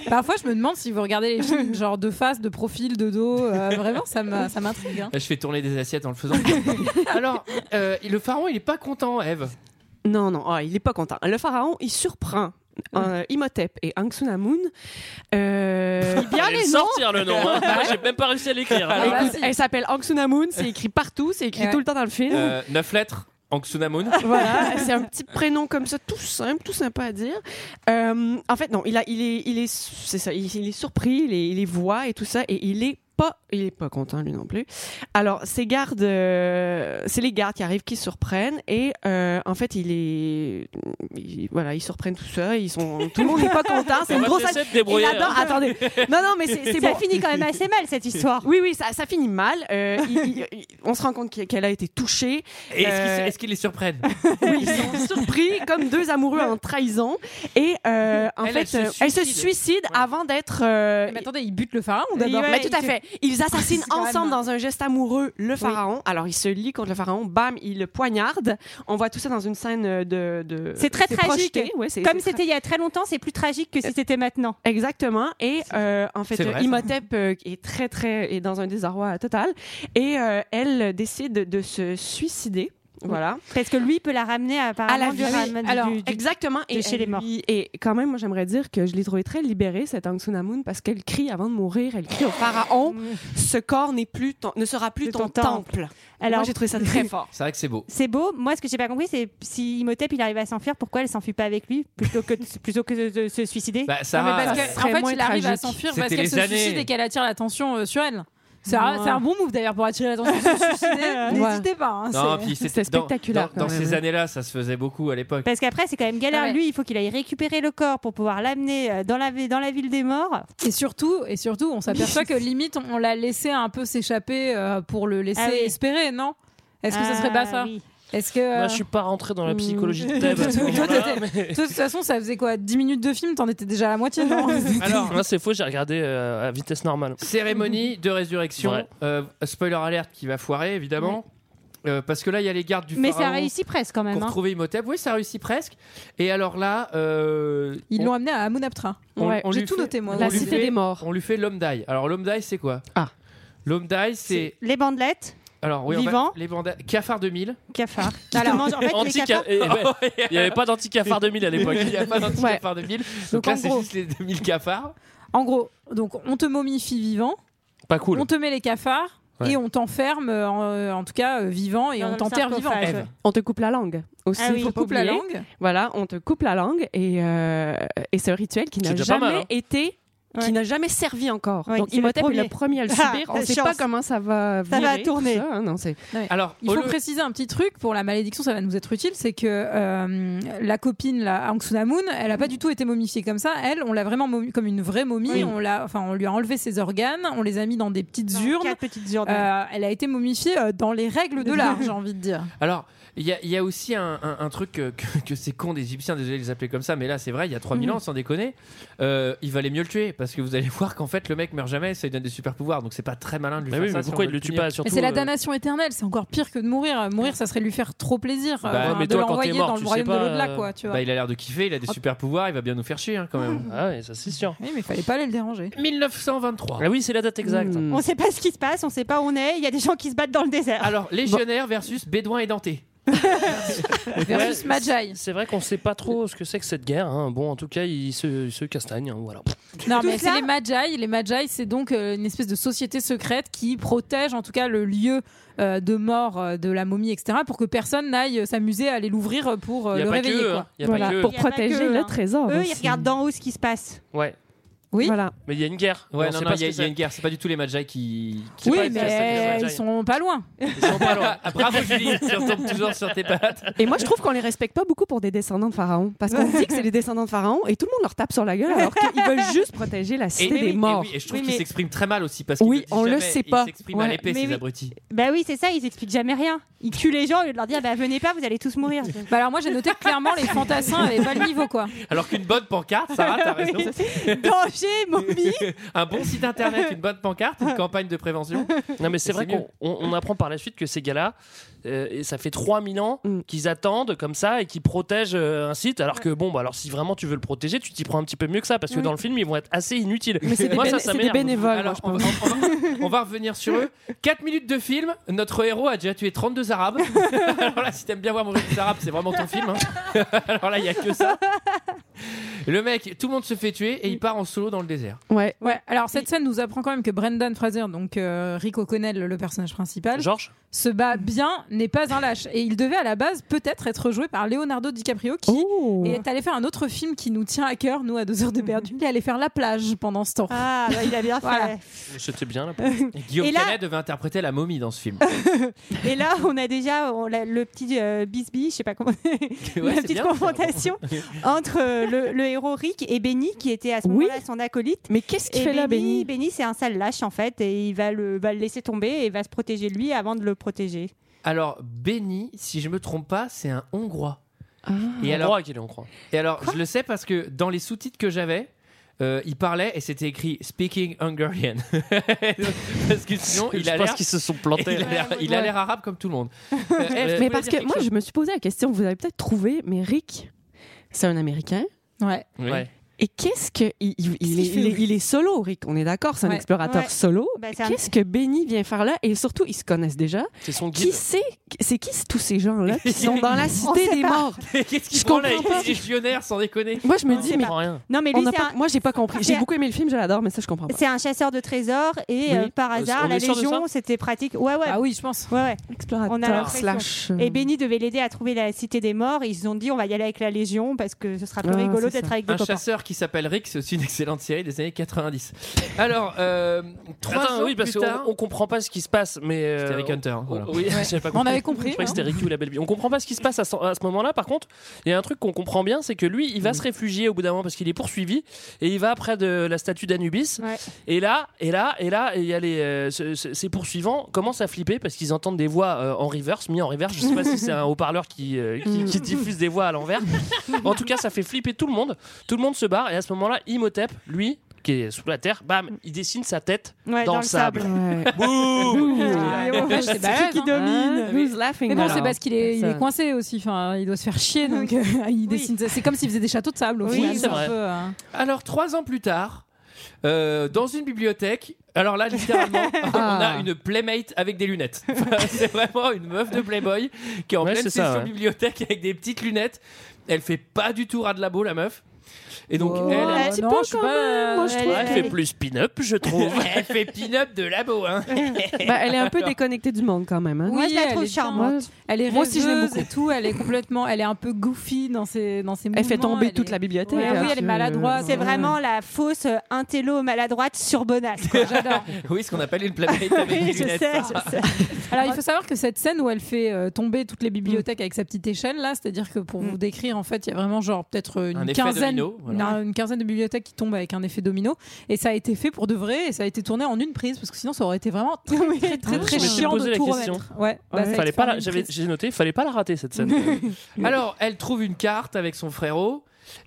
S11: Parfois, je me demande si vous regardez les films genre de face, de profil, de dos. euh, vraiment, ça m'a- ça m'intrigue. hein.
S1: Je fais tourner des assiettes en le faisant. [LAUGHS] Alors, euh, le pharaon, il est pas content, Eve.
S7: Non, non, ah, il est pas content. Le pharaon, il surprend euh, Imhotep et Anxunamun. Euh,
S12: Bien les sortir le nom. hein. Moi, j'ai même pas réussi à l'écrire.
S11: Ah bah,
S7: écoute,
S11: si.
S7: elle s'appelle Anxunamun, c'est écrit partout, c'est écrit
S11: Ouais.
S7: tout le temps dans le film.
S11: [LAUGHS]
S1: Euh, neuf lettres, Anxunamun.
S7: Voilà, c'est un petit prénom comme ça, tout simple, tout sympa à dire. Euh, en fait, non, il, a, il est, il est, c'est ça, il, il est surpris, il, est- il les voit et tout ça, et il est pas, il est pas content lui non plus. Alors, ces gardes, euh, c'est les gardes qui arrivent, qui surprennent, et euh, en fait, il est, il- voilà, ils surprennent tout ça, ils sont, tout le monde n'est pas content, c'est
S12: On
S7: une
S12: va te
S7: grosse.
S12: laisser te
S7: Et
S12: débrouiller.
S7: là-dedans, attendez, non, non, mais c'est, c'est
S6: ça
S7: bon.
S6: finit quand même assez mal, cette histoire.
S7: Oui, oui, ça, ça finit mal. Euh, il- il- il- on se rend compte qu'il- qu'elle a été touchée.
S1: Et Est-ce qu'ils
S7: Euh,
S1: est-ce qu'ils les surprennent
S7: Oui, ils sont surpris comme deux amoureux en trahison. Et euh, en
S1: Elle,
S7: fait,
S1: elle se
S7: euh, elle se
S1: suicide.
S7: suicide avant d'être. euh,
S11: Mais attendez, il bute le pharaon d'abord.
S7: Mais tout à fait. ils assassinent
S11: C'est quand même-
S7: ensemble dans un geste amoureux le pharaon. Alors, il se lie contre le pharaon, bam, il le poignarde. On voit tout ça dans une scène euh, de. de-
S6: C'est très tragique.
S7: projeté. Ouais, c'est-
S6: Comme
S7: c'est
S6: c'était il y a très longtemps, c'est plus tragique que si c'était maintenant.
S7: Exactement. Et euh, en fait,
S6: C'est vrai,
S7: euh,
S6: ça.
S7: Imhotep euh, est très, très est dans un désarroi total. Et euh, elle euh, décide de se suicider. Voilà.
S6: Parce que lui peut la ramener à,
S7: à la
S6: du
S7: vie.
S6: ram- du-
S7: Alors,
S6: du-
S7: exactement.
S6: de chez
S7: elle
S6: les morts.
S7: lui- et quand même, moi, j'aimerais dire que je l'ai trouvée très libérée, cette Aung San Suu Kyi, parce qu'elle crie avant de mourir. Elle crie au pharaon ce corps n'est plus ton- ne sera plus
S6: De
S7: ton,
S6: ton temple.
S7: temple.
S6: Alors-
S7: Alors, moi, j'ai trouvé ça [LAUGHS]
S6: [LAUGHS]
S7: très fort.
S1: C'est vrai que c'est beau.
S6: C'est beau. Moi, ce que j'ai pas compris, c'est si Imhotep il arrive à s'enfuir, pourquoi elle s'enfuit pas avec lui plutôt que de, plutôt que de, de se suicider
S1: Bah, Sarah,
S11: Non, mais parce que-
S1: ça
S11: en
S1: serait
S11: fait,
S1: moins
S11: il arrive à
S1: tragique.
S11: s'enfuir
S1: C'était
S11: parce qu'elle
S1: les
S11: se suicide
S1: années.
S11: et qu'elle attire l'attention euh, sur elle. C'est un,
S7: Ouais.
S11: c'est un bon move d'ailleurs pour attirer l'attention. se [LAUGHS] suicider,
S7: Ouais.
S11: N'hésitez pas. hein,
S1: Non,
S11: c'est-
S1: puis c'était dans-
S6: spectaculaire,
S1: Dans,
S6: quand
S1: dans
S6: même,
S1: ces
S6: hein.
S1: années-là, ça se faisait beaucoup à l'époque.
S6: Parce qu'après, c'est quand même
S11: Ah
S6: galère. Lui, il faut qu'il aille récupérer le corps pour pouvoir l'amener euh, dans la, vi- dans la ville des morts.
S11: Et surtout, et surtout, on s'aperçoit que limite on, on l'a laissé un peu s'échapper euh, pour le laisser
S6: Ah oui.
S11: espérer, non Est-ce que ça
S6: Ah
S11: serait pas ça Est-ce que Hmm.
S12: Moi, je suis pas rentré dans la psychologie
S11: [LAUGHS]
S12: de Thèbes. à ce
S11: Toi,
S12: moment-là,
S1: [LAUGHS]
S11: t'étais-
S12: mais-
S11: toi, de toute façon, ça faisait quoi 10 minutes de film, t'en étais déjà à la
S1: [LAUGHS]
S11: moitié, non
S12: Alors, moi, c'est faux, j'ai regardé euh, à vitesse normale.
S1: Cérémonie de résurrection.
S12: Ouais.
S1: Euh, spoiler alerte qui va foirer, évidemment. Euh, parce que là, il y a les gardes du
S6: Mais
S1: pharaon
S6: ça réussit presque quand même.
S1: Pour
S6: hein.
S1: retrouver Imhotep, oui, ça réussit presque. Et alors là, euh,
S11: Ils
S1: on-
S11: l'ont amené à Amunaptra.
S1: on- on
S11: J'ai
S1: lui
S11: tout
S1: fait-
S11: noté, moi.
S1: on lui fait- On lui fait l'homme d'ail. Alors l'homme d'ail, c'est quoi
S7: Ah.
S1: L'homme d'ail, c'est
S6: Les bandelettes,
S1: alors oui, on va-
S6: Vivant.
S1: les bandailles, cafard 2000.
S11: [LAUGHS]
S6: cafards. qui
S1: Alors,
S6: te mangent- en fait, les
S12: Anti-
S6: cafards-
S12: eh,
S1: [LAUGHS]
S12: ouais, Il n'y avait pas d'anti-cafard 2000 à l'époque.
S1: Il n'y a pas d'anti-cafard 2000. Donc
S11: Donc,
S1: là,
S11: en
S1: c'est
S11: gros-
S1: juste les 2000 cafards.
S11: En gros, donc on te momifie vivant,
S12: Pas cool.
S11: on te met les cafards
S1: Ouais.
S11: et on t'enferme, euh, en, en tout cas euh, vivant, et
S6: Dans
S11: on
S6: le
S11: t'enterre vivant.
S6: sarcophage, ouais.
S7: On te coupe la langue aussi.
S11: Ah oui,
S7: faut
S11: on
S7: pas
S11: coupe la
S7: oublier.
S11: langue.
S7: Voilà, on te coupe la langue et, euh, et c'est un rituel qui
S11: C'est
S7: n'a
S11: déjà pas
S7: jamais
S11: mal, hein.
S7: été, qui n'a jamais servi encore.
S6: Ouais,
S7: Donc
S6: c'est le
S7: Imhotep est
S6: premier.
S7: le premier à le
S6: Ah,
S7: subir. on
S6: la
S7: ne sait
S6: chance.
S7: pas comment ça va
S6: Ça va
S7: virer, tout
S6: tourner.
S7: ça. Non, c'est-
S1: Alors,
S11: Il faut préciser un petit truc pour la malédiction, ça va nous être utile, c'est que euh, la copine, la Aung San Suu Moon, elle a pas du tout été momifiée comme ça. Elle, on l'a vraiment momi- comme une vraie momie.
S6: Oui.
S11: On l'a, enfin, on lui a enlevé ses organes, on les a mis dans des petites urnes.
S6: quatre petites urnes.
S11: Euh, elle a été momifiée euh, dans les règles de l'art, j'ai envie de dire.
S1: Alors, il y, a- il y a aussi un, un- un truc que, que- que c'est con des Égyptiens, désolé de les appeler comme ça, mais là c'est vrai, il y a 3000 ans, sans déconner, euh, il valait mieux le tuer parce que vous allez voir qu'en fait le mec meurt jamais, ça lui donne des super pouvoirs, donc c'est pas très malin de lui
S12: Mais
S1: faire
S12: Bah oui,
S1: ça
S12: mais
S1: si on
S12: pourquoi
S1: veut
S12: il le tue
S1: punir.
S12: pas, surtout,
S11: Mais c'est la
S1: euh,
S11: damnation éternelle, c'est encore pire que de mourir. Mourir, ça serait lui faire trop plaisir.
S1: Bah,
S11: Enfin,
S1: mais
S11: de
S1: toi, quand
S11: l'envoyer
S1: t'es mort,
S11: dans le
S1: tu sais
S11: royaume
S1: pas,
S11: de l'au-delà,
S1: euh,
S11: quoi. Tu vois.
S1: bah, il a l'air de kiffer, il a des super pouvoirs, il va bien nous faire chier hein, quand
S7: [LAUGHS]
S1: même.
S12: Ah ouais, ça c'est sûr.
S11: Oui, mais fallait pas aller
S1: [LAUGHS]
S11: le déranger.
S1: 1923.
S12: Ah oui, c'est la date exacte.
S7: Hmm.
S6: On sait pas ce qui se passe, on sait pas où on est. Il y a des gens qui se battent dans le désert.
S1: Alors, légionnaire versus bédouin et denté.
S11: Versus
S12: Ouais,
S11: Magi.
S12: C'est vrai qu'on sait pas trop ce que c'est que cette guerre. hein. Bon, en tout cas, ils se, ils se castagnent. hein, voilà.
S11: Non,
S6: Tout
S11: mais
S6: ça-
S11: c'est les Magi. Les Magi, c'est donc euh, une espèce de société secrète qui protège en tout cas le lieu euh, de mort euh, de la momie, etc., pour que personne n'aille euh, s'amuser à aller l'ouvrir euh, pour euh,
S12: Y a
S11: le
S12: pas que
S11: réveiller.
S12: eux,
S11: quoi.
S12: hein. Y a pas
S7: Voilà,
S12: que eux.
S7: pour
S6: Y a pas
S7: protéger
S6: que,
S7: le
S6: hein.
S7: trésor.
S6: Eux,
S7: aussi.
S6: ils regardent d'en haut ce qui se passe.
S12: Ouais.
S11: Oui.
S7: Voilà.
S12: Mais il y a une guerre.
S1: Ouais,
S12: On
S1: non,
S12: sait
S1: non,
S12: pas
S1: il
S12: ce
S1: y, a-
S12: que
S1: il y a
S12: c'est.
S1: une guerre, c'est pas du tout les Magi qui. qui-
S11: Oui,
S12: pas une société
S11: mais
S12: de Magi.
S11: ils sont pas loin.
S1: Ils sont pas loin. Ah, bravo Julie, tu retombes toujours sur tes pattes.
S7: Et moi, je trouve qu'on les respecte pas beaucoup pour des descendants de pharaons. Parce
S11: [LAUGHS]
S7: qu'on dit que c'est les descendants de pharaons et tout le monde leur tape sur la gueule alors qu'ils veulent juste protéger la
S1: Et,
S7: cité
S1: et
S7: des
S1: oui,
S7: morts.
S1: et je trouve
S6: Oui,
S1: qu'ils
S6: mais-
S1: s'expriment très mal aussi parce qu'ils
S7: Oui,
S1: disent
S7: on le
S1: jamais,
S7: sait
S1: ils
S7: pas.
S1: s'expriment à
S7: Ouais.
S1: l'épée,
S6: Mais
S1: ces
S6: oui.
S1: abrutis.
S6: Bah oui, c'est ça, ils expliquent jamais rien. Ils tuent les gens au lieu de leur dire bah venez pas, vous allez tous mourir.
S11: Bah, alors moi, j'ai noté que clairement, les fantassins avaient pas le niveau, quoi.
S1: Alors qu'une bonne pancarte, Sarah, t'as
S6: [LAUGHS]
S1: raison.
S6: Danger, momie
S1: Un bon site internet, une bonne pancarte, une campagne de prévention.
S12: Non, mais c'est
S1: Et
S12: vrai
S1: c'est mieux.
S12: qu'on on- on apprend par la suite que ces gars-là, euh, et ça fait 3000 ans qu'ils attendent comme ça et qu'ils protègent euh, un site. Alors que bon, bah, alors si vraiment tu veux le protéger, tu t'y prends un petit peu mieux que ça parce que dans le film, ils vont être assez inutiles.
S7: Mais c'est des,
S12: Moi,
S7: béné-
S12: ça, ça
S7: c'est des
S12: m'énerve.
S7: bénévoles. moi,
S1: Alors,
S7: je
S1: on va,
S7: pense.
S1: on va-
S7: [LAUGHS]
S1: on va revenir sur eux. 4 minutes de film, notre héros a déjà tué 32
S7: [LAUGHS]
S1: Arabes. Alors là, si t'aimes bien voir mourir des Arabes, c'est vraiment ton film. hein. [LAUGHS] Alors là, il n'y a que ça. Le mec, tout le monde se fait tuer et il part en solo dans le désert.
S7: Ouais.
S11: Ouais, alors cette scène nous apprend quand même que Brendan Fraser, donc euh, Rick O'Connell, le personnage
S7: Ah,
S11: principal,
S12: Georges
S11: se bat bien, n'est pas un lâche. Et il devait à la base peut-être être joué par Leonardo DiCaprio qui
S7: Oh.
S11: est allé faire un autre film qui nous tient à cœur, nous, à deux heures de perdu. Il est allé faire la plage pendant ce temps.
S6: Ah, bah, il a bien fait.
S11: Voilà.
S12: C'était bien là.
S7: Euh,
S1: Et Guillaume
S6: Et là-
S1: Canet devait interpréter la momie dans ce
S7: [LAUGHS]
S1: film.
S6: Et là, on a déjà on l'a- le petit euh, bisbis, je sais pas comment,
S1: Ouais,
S6: [LAUGHS] la
S1: c'est
S6: petite
S1: bien,
S7: [LAUGHS]
S6: confrontation entre euh, le, le héros Rick et Benny, qui était à ce
S7: Oui.
S6: moment-là son acolyte.
S7: Mais qu'est-ce qu'il
S6: Et
S7: fait là, Benny
S6: Benny, Benny, c'est un sale lâche en fait, et il va le, va le laisser tomber et va se protéger lui avant de le protéger.
S1: Alors, Benny, si je me trompe pas, c'est un Hongrois.
S7: Ah.
S1: Et
S12: Et
S1: alors,
S12: qu'il est, on croit.
S1: et alors je le sais parce que dans les sous-titres que j'avais, euh, il parlait et c'était écrit Speaking Hungarian. [LAUGHS] Parce que sinon,
S12: Je
S1: il a
S12: pense
S1: l'air-
S12: qu'ils se sont plantés.
S1: [LAUGHS] Il a l'air- il a
S12: Ouais.
S1: l'air arabe comme tout le monde. Euh, Eve, tu voulais
S7: [LAUGHS] mais parce
S1: dire
S7: que
S1: quelque
S7: moi,
S1: chose
S7: je me suis posé la question, vous avez peut-être trouvé, mais Rick, c'est un Américain.
S11: Ouais.
S12: Ouais.
S7: Et qu'est-ce que. Il, il- il est,
S11: qu'il fait,
S7: il est- il est solo, Rick, on est d'accord, c'est un
S11: Ouais.
S7: explorateur
S11: Ouais.
S7: solo.
S6: Bah,
S11: Ben, c'est un-
S7: qu'est-ce que Benny vient faire là Et surtout, ils se connaissent déjà.
S12: C'est son
S7: Qui
S12: guide.
S7: c'est C'est qui tous ces gens-là qui sont dans la cité des morts
S1: [LAUGHS] Qu'est-ce qu'ils
S7: Je
S1: font là
S7: comprends pas.
S1: Les légionnaires, sans déconner.
S7: Moi, je me dis, mais.
S12: rien.
S6: Non, mais
S7: on
S6: lui,
S7: n'a
S6: c'est
S7: pas-
S6: un-
S7: Moi, j'ai pas compris. J'ai
S6: c'est-
S7: beaucoup aimé le film, je l'adore, mais ça, je comprends pas.
S6: C'est un chasseur de trésors et
S7: Oui.
S6: euh, par
S7: Euh,
S6: hasard,
S7: on
S6: la
S7: est sûr de
S6: Légion,
S7: ça
S6: c'était pratique. Ouais, ouais.
S11: Ah oui, je pense.
S6: Ouais, ouais.
S7: Explorateur
S6: On a l'impression.
S7: slash, euh,
S11: Mm.
S6: Et Benny devait l'aider à trouver la cité des morts. Ils se sont dit, on va y aller avec la Légion parce que ce sera plus
S1: Ah,
S6: rigolo
S1: c'est
S6: d'être
S1: ça.
S6: avec des
S1: Un
S6: copains.
S1: chasseur qui s'appelle Rick, c'est aussi une excellente série des années 90. Alors, euh, trois
S12: Attends,
S1: ans
S12: oui, parce
S1: plus
S12: qu'on
S1: tard,
S12: on comprend pas ce qui se passe, mais. euh,
S1: c'était Rick Hunter. hein, voilà.
S12: Oui, [LAUGHS] j'avais pas
S1: On
S12: compris.
S1: avait compris,
S12: Je croyais que
S1: hein.
S12: c'était Ricky ou la belle vie. On comprend pas ce qui se passe à ce, à ce moment-là. Par contre, il y a un truc qu'on comprend bien, c'est que lui, il va se réfugier au bout d'un moment parce qu'il est poursuivi et il va près de la statue d'Anubis. Et là, et là, et là, et il y a les, euh, ce- ce- ces poursuivants commencent à flipper parce qu'ils entendent des voix euh, en reverse, mis en reverse. Je sais pas si c'est un haut-parleur qui, euh, qui, qui diffuse des voix à l'envers. en tout cas, ça fait flipper tout le monde. Tout le monde se barre et à ce moment-là, Imhotep, lui, qui est sous la terre, bam, il dessine sa tête
S11: Ouais,
S12: dans,
S11: dans
S12: le
S11: le
S12: sable.
S11: sable. Ouais.
S6: [LAUGHS]
S12: Boum
S11: Ah, mais ouais, c'est balèze, hein.
S7: domine Who's laughing
S11: Mais bon,
S7: now
S11: c'est parce qu'il est, il
S7: Ça-
S11: est coincé aussi. Enfin, il doit se faire chier, donc euh, il dessine. ça. C'est comme s'il faisait des châteaux de sable. Au
S1: Oui,
S11: final,
S1: c'est
S11: un
S1: vrai.
S11: peu, euh,
S1: Alors, trois ans plus tard, euh, dans une bibliothèque, alors là,
S12: [LAUGHS]
S1: littéralement, on
S12: Ah.
S1: a une playmate avec des lunettes. [LAUGHS] Enfin, c'est vraiment une meuf de Playboy qui est en
S12: Ouais,
S1: pleine
S12: c'est ça,
S1: session
S12: ouais.
S1: bibliothèque avec des petites lunettes. Elle fait pas du tout ras de la boule, la meuf. Et donc,
S11: Oh,
S1: elle,
S11: un petit Non, peu je suis quand pas, même,
S6: hein.
S11: euh, moi, je
S1: elle,
S11: trouve.
S12: Elle fait plus pin-up, je [LAUGHS] trouve.
S1: elle fait pin-up de labo, hein.
S7: Bah, elle est un peu déconnectée du monde quand même. hein.
S11: Oui, elle est charmante. Elle est
S7: Moi aussi, je l'aime
S11: rêveuse
S7: beaucoup.
S11: et tout. Elle est complètement. Elle est un peu goofy dans ses dans ses
S7: Elle fait
S11: mouvements,
S7: tomber
S11: elle
S7: toute
S11: est-
S7: la bibliothèque. hein.
S11: Ouais, oui, elle est maladroite.
S6: C'est vraiment la fausse euh, intello maladroite sur bonasse.
S11: [LAUGHS]
S6: quoi.
S1: oui, ce qu'on appelle une playmate
S12: [LAUGHS]
S1: avec des
S6: Oui, je
S1: lunettes.
S6: sais, je sais.
S11: Alors, il faut savoir que cette scène où elle fait euh, tomber toutes les
S7: Mm.
S11: bibliothèques avec sa petite échelle, là, c'est-à-dire que pour vous décrire, en fait, il y a vraiment genre peut-être euh, une,
S1: Un effet
S11: quinzaine,
S1: domino, voilà.
S11: une- une quinzaine de bibliothèques qui tombent avec un effet domino. Et ça a été fait pour de vrai et ça a été tourné en une prise parce que sinon, ça aurait été vraiment très, très, très, très
S12: Je me suis
S11: chiant
S12: posé
S11: de
S12: la
S11: tout
S12: question.
S11: remettre. Ouais, bah, ça a été
S12: Fallait
S11: fait
S12: pas
S11: en
S12: la-
S11: une
S12: j'avais-
S11: prise.
S12: J'ai noté, fallait pas la rater cette scène.
S1: Alors, elle trouve une carte avec son frérot.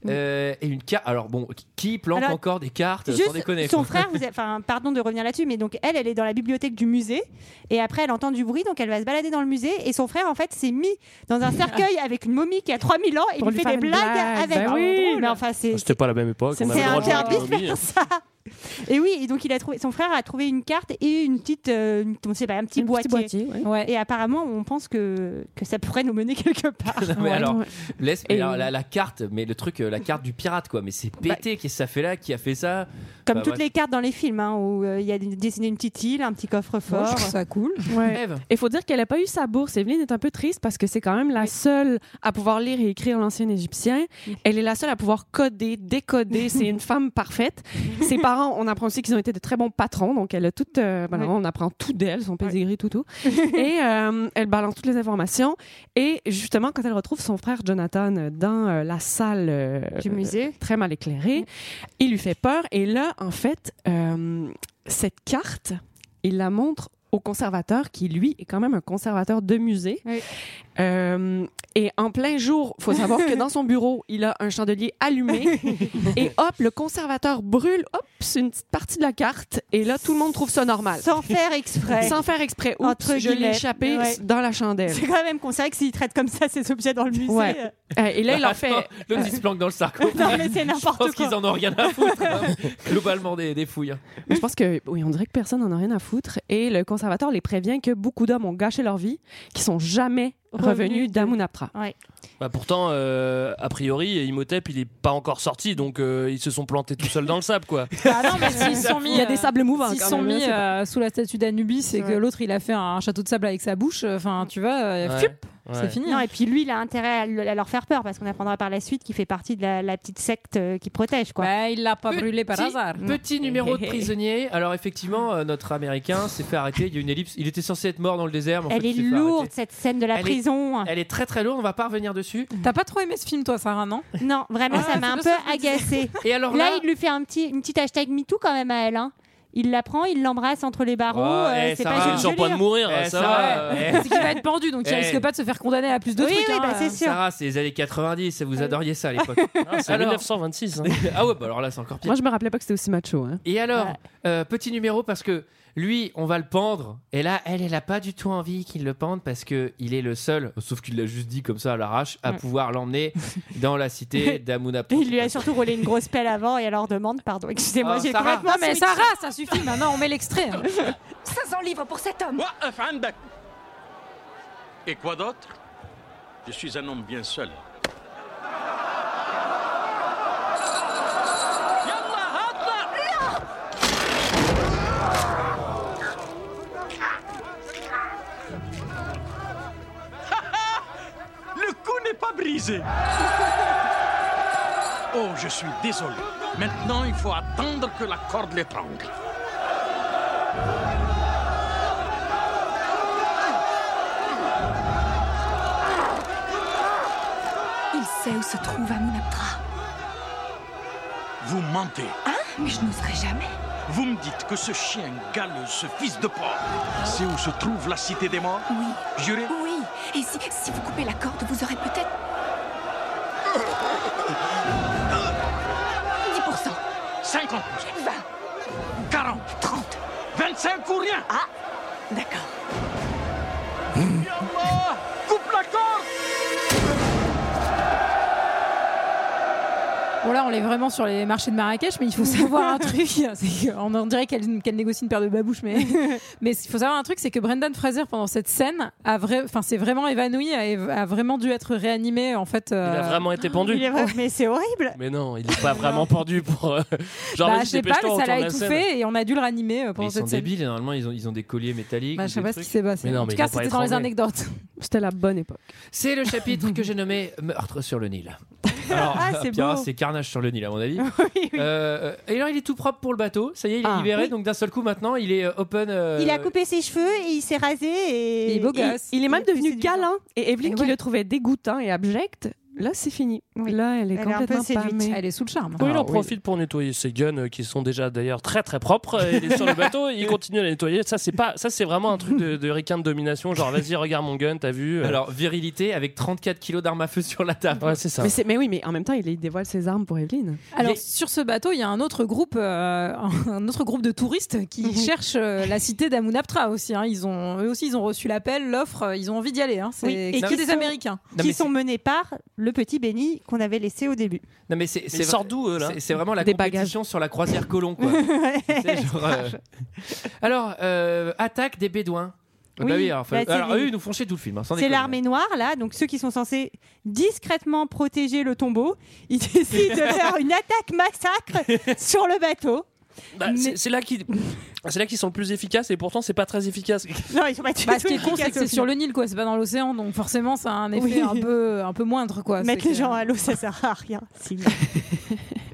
S1: euh, et une carte. Alors, bon, qui- qui planque
S6: Alors,
S1: encore des cartes
S6: Juste,
S1: sans déconner
S6: son
S1: quoi.
S6: frère, vous avez- enfin, pardon de revenir là-dessus, mais donc elle, elle est dans la bibliothèque du musée et après elle entend du bruit, donc elle va se balader dans le musée et son frère en fait s'est mis dans un cercueil avec une momie qui a 3000 ans et
S7: Pour
S6: lui
S7: lui
S6: fait
S7: faire
S6: des
S7: une
S6: blagues
S7: blague,
S6: avec. Oh,
S7: bah oui.
S6: mais enfin c'est
S12: Ah,
S1: Ah,
S12: C'était pas la même époque.
S6: c'est
S12: on avait le droit de jouer à
S6: interdit de
S12: l'autonomie.
S1: hein.
S6: faire ça. Et oui, et donc il a trouvé, son frère a trouvé une carte et une petite, euh, une- on sait pas, un petit
S7: Un petit
S6: boîtier.
S7: boîtier, ouais.
S11: Ouais.
S6: Et apparemment, on pense que, que ça pourrait nous mener quelque part.
S1: Non, mais alors,
S7: ouais.
S1: laisse mais
S7: Et-
S1: alors, la, la carte, mais le truc, euh, la carte du pirate, quoi. Mais c'est pété, qu'est-ce que ça fait là Qui a fait ça
S6: Comme
S1: Bah,
S6: toutes
S1: bref.
S6: les cartes dans les films, hein, où euh, il y a dessiné une petite île, un petit
S11: Moi, je
S6: coffre-fort.
S11: trouve ça cool.
S7: Ouais.
S1: Ève,
S7: Il faut dire qu'elle n'a pas eu sa bourse. Evelyne est un peu triste parce que c'est quand même la seule à pouvoir lire et écrire l'ancien égyptien. Elle est la seule à pouvoir coder,
S6: [LAUGHS]
S7: décoder. C'est une femme parfaite. Ses parents, on apprend aussi qu'ils ont été de très bons patrons. Donc, elle a tout. euh, voilà,
S6: Ouais.
S7: On apprend tout d'elle, son pedigree, tout,
S6: [LAUGHS]
S7: tout. Et euh, elle balance toutes les informations. Et justement, quand elle retrouve son frère Jonathan euh, dans euh, la salle euh,
S6: Du musée.
S7: très mal éclairée, il lui fait peur. Et là, en fait, euh, cette carte, il la montre au conservateur qui lui est quand même un conservateur de musée
S6: Oui.
S7: Euh, et en plein jour faut savoir que dans son bureau il a un chandelier
S6: [LAUGHS]
S7: allumé et hop le conservateur brûle hop c'est une petite partie de la carte et là tout le monde trouve ça normal
S6: Sans faire exprès.
S7: sans faire exprès oups
S6: Entre
S7: je l'ai
S6: guillemets.
S7: échappé
S6: Ouais.
S7: dans la chandelle
S6: C'est quand même qu'on sait que s'ils traitent comme ça ces objets dans le musée.
S7: Ouais.
S6: euh, [LAUGHS]
S7: Euh, et là il en fait
S1: attends, Ah, L'autre, il se planque dans le sarco.
S6: Non, mais c'est
S1: Je pense
S6: n'importe
S1: qu'ils
S6: quoi.
S1: en ont rien à foutre, hein. [LAUGHS] globalement, des, des fouilles. hein.
S7: Mais je pense que oui, on dirait que personne n'en a rien à foutre et le conservateur les prévient que beaucoup d'hommes ont gâché leur vie, qui sont jamais
S6: Revenus
S7: revenus
S6: de-
S7: d'Amunaptra.
S12: Bah pourtant, euh, a priori, Imhotep, il est pas encore sorti, donc euh, ils se sont plantés tout seuls dans le sable, quoi.
S11: Ah non, mais s'ils sont mis,
S7: Il y a des
S11: euh,
S7: sables mouvants.
S11: S'ils
S7: quand
S11: sont
S7: même,
S11: mis
S7: hein, c'est pas-
S11: euh, sous la statue d'Anubis et que l'autre il a fait un château de sable avec sa bouche, enfin tu vois, euh,
S12: Ouais,
S11: fiup,
S12: ouais.
S11: c'est fini.
S6: Non, et puis lui, il a intérêt à, le- à leur faire peur parce qu'on apprendra par la suite qu'il fait partie de la, la petite secte euh, qui protège. quoi.
S11: Bah, il l'a pas brûlé par
S1: Petit-
S11: hasard.
S6: Mm.
S1: Petit numéro
S6: [LAUGHS]
S1: de prisonnier. Alors, effectivement, euh, notre américain s'est fait arrêter. Il y a une ellipse. Il était censé être mort dans le désert, mais en
S6: Elle
S1: fait,
S6: est
S1: il s'est fait
S6: lourde,
S1: arrêter.
S6: cette scène de la
S1: Elle est-
S6: prison.
S1: Elle est très très lourde, on va pas revenir dessus.
S11: T'as pas trop aimé ce film, toi, Sarah, non
S6: Non, vraiment,
S11: Ah,
S6: ça m'a
S11: c'est
S6: un
S11: pour
S6: peu
S11: ça que je me disais.
S6: agacée.
S1: Et alors
S6: Là, il lui fait un petit, une petite hashtag MeToo quand même à elle. hein. Il la prend, il l'embrasse entre les barreaux.
S12: Oh,
S6: euh,
S12: eh,
S6: c'est
S12: ça
S6: pas
S12: va.
S6: Jules
S12: Sur point de
S6: Julien.
S12: mourir, Eh, ça ça
S1: euh,
S12: va. va. Eh.
S11: Ah C'est qu'il va être pendu, donc il
S12: Eh.
S11: risque pas de se faire condamner à plus de
S6: Oui,
S11: trucs.
S6: oui,
S11: hein.
S6: bah, c'est sûr. Euh.
S12: Sarah, c'est les années 90, vous adoriez ça à
S6: [LAUGHS]
S12: l'époque.
S11: Ah,
S12: c'est
S1: [LAUGHS]
S11: Alors-
S12: 1926. ah ouais, bah alors là, c'est encore pire.
S7: Moi, je me rappelais pas que c'était aussi macho. hein.
S1: Et alors, euh, petit numéro parce que lui, on va le pendre. Et là, elle, elle a pas du tout envie qu'il le pende parce que il est le seul, sauf qu'il l'a juste dit comme ça à l'arrache, à
S6: Ouais.
S1: pouvoir l'emmener dans la
S6: [LAUGHS]
S1: cité d'Amuna.
S6: Mm. Il lui a surtout roulé une grosse pelle avant et elle leur demande pardon. Excusez-moi,
S1: Ah,
S6: j'ai
S1: Sarah.
S6: complètement
S11: Non, mais
S6: switché.
S11: Sarah, ça suffit. Maintenant, on met l'extrait. hein.
S13: 500 livres pour cet homme
S10: Et quoi d'autre Je suis un homme bien seul. [LAUGHS]
S4: Le cou n'est pas brisé.
S10: Oh, je suis désolé. Maintenant, il faut attendre que la corde l'étrangle.
S13: Il sait où se trouve Amunaptra.
S10: Vous mentez.
S13: Hein Mais je n'oserai jamais.
S10: Vous me dites que ce chien galeux, ce fils de porc, c'est où se trouve la cité des morts
S13: Oui.
S10: Jurez
S13: Oui. Et si, si vous coupez la corde, vous
S7: [LAUGHS]
S13: aurez peut-être. 10%.
S10: 50
S13: 20.
S10: 40
S13: 30
S10: 25 ou rien
S13: Ah D'accord.
S10: Yallah Coupe la corde
S11: Bon, là, on est vraiment sur les marchés de Marrakech, mais il faut savoir un truc. [LAUGHS] C'est que- On en dirait qu'elle qu'elle négocie une paire de babouches, [LAUGHS] mais mais il faut savoir un truc, c'est que Brendan Fraser pendant cette scène a vrai, enfin, s'est vraiment évanoui, a, év- a vraiment dû être réanimé en fait. euh,
S12: Il a vraiment été pendu.
S6: Oh, Mais c'est horrible.
S12: Mais non, il est pas vraiment pendu pour.
S11: [LAUGHS]
S12: euh, Genre,
S11: bah,
S12: vas-y,
S11: je sais pas,
S12: dépêche-toi,
S11: mais
S12: on
S11: ça
S12: tourne
S11: l'a
S12: la scène.
S11: étouffé et on a dû le réanimer euh,
S12: Mais
S11: pendant
S12: ils sont
S11: cette scène.
S12: débiles, normalement, ils ont, ils ont des colliers métalliques.
S11: Bah,
S12: ou
S11: je sais
S12: des
S11: pas ce
S12: trucs.
S11: qui s'est passé.
S12: Mais non,
S11: en
S12: mais
S11: tout
S12: ils
S11: cas,
S12: vont pas
S11: c'était dans les
S12: étrangler.
S11: anecdotes.
S7: C'était la bonne époque.
S1: C'est
S11: [LAUGHS]
S1: le chapitre que j'ai nommé Meurtre sur le Nil. Alors,
S12: Ah, c'est
S1: Pierre,
S12: beau.
S1: c'est carnage sur le Nil, à mon
S11: [LAUGHS]
S1: avis. Euh, et alors, il est tout propre pour le bateau. Ça y est, il est
S6: Ah,
S1: libéré.
S6: oui.
S1: Donc, d'un seul coup, maintenant, il est euh, open. euh,
S6: Il a coupé ses cheveux et il s'est rasé. Et...
S7: Il- Il, est même devenu câlin. Et Evelyne, qui le trouvait dégoûtant et abject, là, c'est fini. Là, elle est
S11: Elle est un
S7: complètement
S11: peu séduite.
S7: pâmée.
S11: Ah, Elle est sous le charme.
S12: Oui, il
S1: Ah,
S12: en profite pour nettoyer ses guns euh, qui sont déjà d'ailleurs très très propres. Et
S1: [LAUGHS]
S12: Il est sur le bateau, il continue à les nettoyer. Ça c'est pas, ça c'est vraiment un truc de, de requin de domination. Genre vas-y regarde mon gun, t'as vu euh.
S1: Alors, virilité avec 34 kilos d'armes à feu sur la table.
S12: Ouais, c'est ça.
S7: Mais, c'est- mais oui, mais en même temps, il il dévoile ses armes pour Evelyne.
S11: Alors sur ce bateau, il y a un autre groupe, euh, [LAUGHS] un autre groupe de touristes qui cherchent euh, la cité d'Amunaptra aussi. hein. Ils ont, eux aussi, ils ont reçu l'appel, l'offre, euh, ils ont envie d'y aller. hein. C'est
S6: Oui, et
S11: que
S6: qui
S11: des
S6: sont-
S11: Américains.
S6: Qui sont menés par le petit Benny qu'on avait laissé au début.
S1: Non, mais c'est c'est
S12: ils
S1: vra-
S12: sortent d'où, eux, là
S1: c'est- C'est vraiment la compétition sur la croisière colon,
S6: [LAUGHS]
S1: quoi. Tu sais, genre, euh, Alors, euh, attaque des Bédouins. Ah
S6: Oui,
S1: bah oui, alors, fa-
S6: bah,
S1: alors,
S6: c'est-
S1: eux, ils nous font chier tout le film. hein, sans
S6: C'est
S1: déconner.
S6: l'armée noire, là, donc ceux qui sont censés discrètement protéger le tombeau, ils [LAUGHS] décident de faire une attaque massacre sur le bateau.
S12: Bah, c'est- c'est là
S7: [LAUGHS]
S12: qu'ils, c'est là qu'ils sont le plus efficaces et pourtant c'est pas très efficace.
S6: Non, ils sont pas du
S11: [LAUGHS] Bah,
S6: tout
S11: ce qui est con, c'est que
S6: efficaces au
S11: c'est sur le
S6: final.
S11: Nil, quoi. C'est pas dans l'océan, donc forcément, ça a un effet
S6: Oui.
S11: un peu, un peu moindre, quoi.
S6: Mettre
S11: C'est
S6: les
S11: que-
S6: gens à l'eau, ça sert à rien. Si.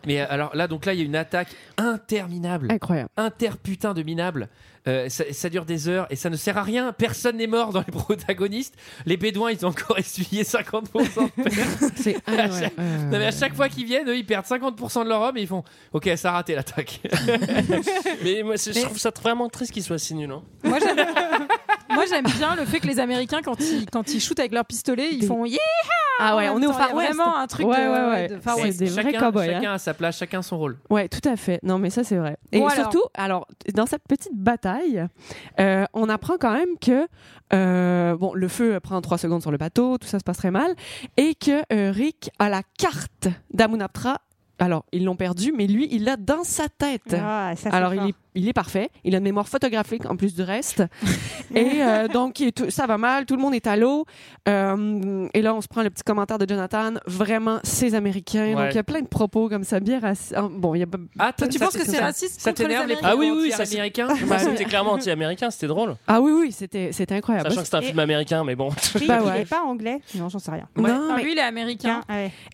S1: Mais euh, alors là, donc là, il y a une attaque interminable.
S7: Incroyable.
S6: Ah.
S1: Interputain de minable. Euh, ça, ça dure des heures et ça ne sert à rien. Personne n'est mort dans les [LAUGHS] protagonistes. Les Bédouins, ils ont encore essuyé
S6: [LAUGHS]
S1: 50% de pertes.
S11: [LAUGHS]
S7: C'est
S1: à chaque... Non, mais à chaque fois qu'ils viennent, eux, ils perdent 50% de leur homme et ils font Ok, ça a raté
S6: [LAUGHS]
S1: l'attaque.
S12: Mais moi c'est- je
S11: Mais-
S12: trouve ça vraiment triste qu'ils soient si nuls. hein.
S11: Moi, j'aime, moi, j'aime bien le fait que les Américains, quand ils, quand ils shootent avec leur pistolet, ils font yeah.
S7: Ah ouais,
S11: En
S7: on
S11: même
S7: est au
S11: temps, il y a
S7: Far West.
S11: Vraiment un truc.
S7: Ouais,
S11: de-
S7: ouais, ouais.
S11: de Far
S7: C'est
S11: West.
S7: des vrais
S1: Ah chacun,
S7: cowboys,
S1: Chacun à sa place, chacun son rôle.
S7: Ouais, tout à fait. Non, mais ça, c'est vrai. Et
S11: Bon, alors.
S7: surtout, alors, dans cette petite bataille, euh, on apprend quand même que, euh, bon, le feu prend trois secondes sur le bateau, tout ça se passe très mal, et que euh, Rick a la carte d'Amunaptra. Alors, ils l'ont perdu, mais lui, il l'a dans sa tête.
S6: Ah, ça, c'est
S7: alors, il
S6: fort.
S7: est, il est parfait. Il a une mémoire photographique en plus du reste. et euh, donc, il est tout- ça va mal. Tout le monde est à l'eau. Euh, et là, on se prend le petit commentaire de Jonathan. Vraiment, ces Américains.
S12: Ouais.
S7: Donc, il y a plein de propos comme ça, bien raci- ah, Bon, il y a pas-
S1: Ah,
S7: toi, tu
S1: ça-
S7: penses que
S1: ça-
S7: c'est
S1: ça-
S7: raciste
S1: Ça
S7: contre les
S1: t'énerve les
S7: Américains
S1: propos
S11: hein,
S12: Ah oui, oui, ça, c'est-
S1: anti-américains
S12: Bah, c'était clairement anti-américain, c'était drôle.
S7: Ah oui, oui, c'était c'était incroyable.
S12: Sachant que c'est un
S6: Et-
S12: film américain, mais bon.
S6: Oui,
S7: Bah
S6: il
S7: ouais.
S6: est pas anglais. Non, j'en sais rien.
S7: Non,
S11: Ah,
S7: mais-
S11: Lui, il est américain.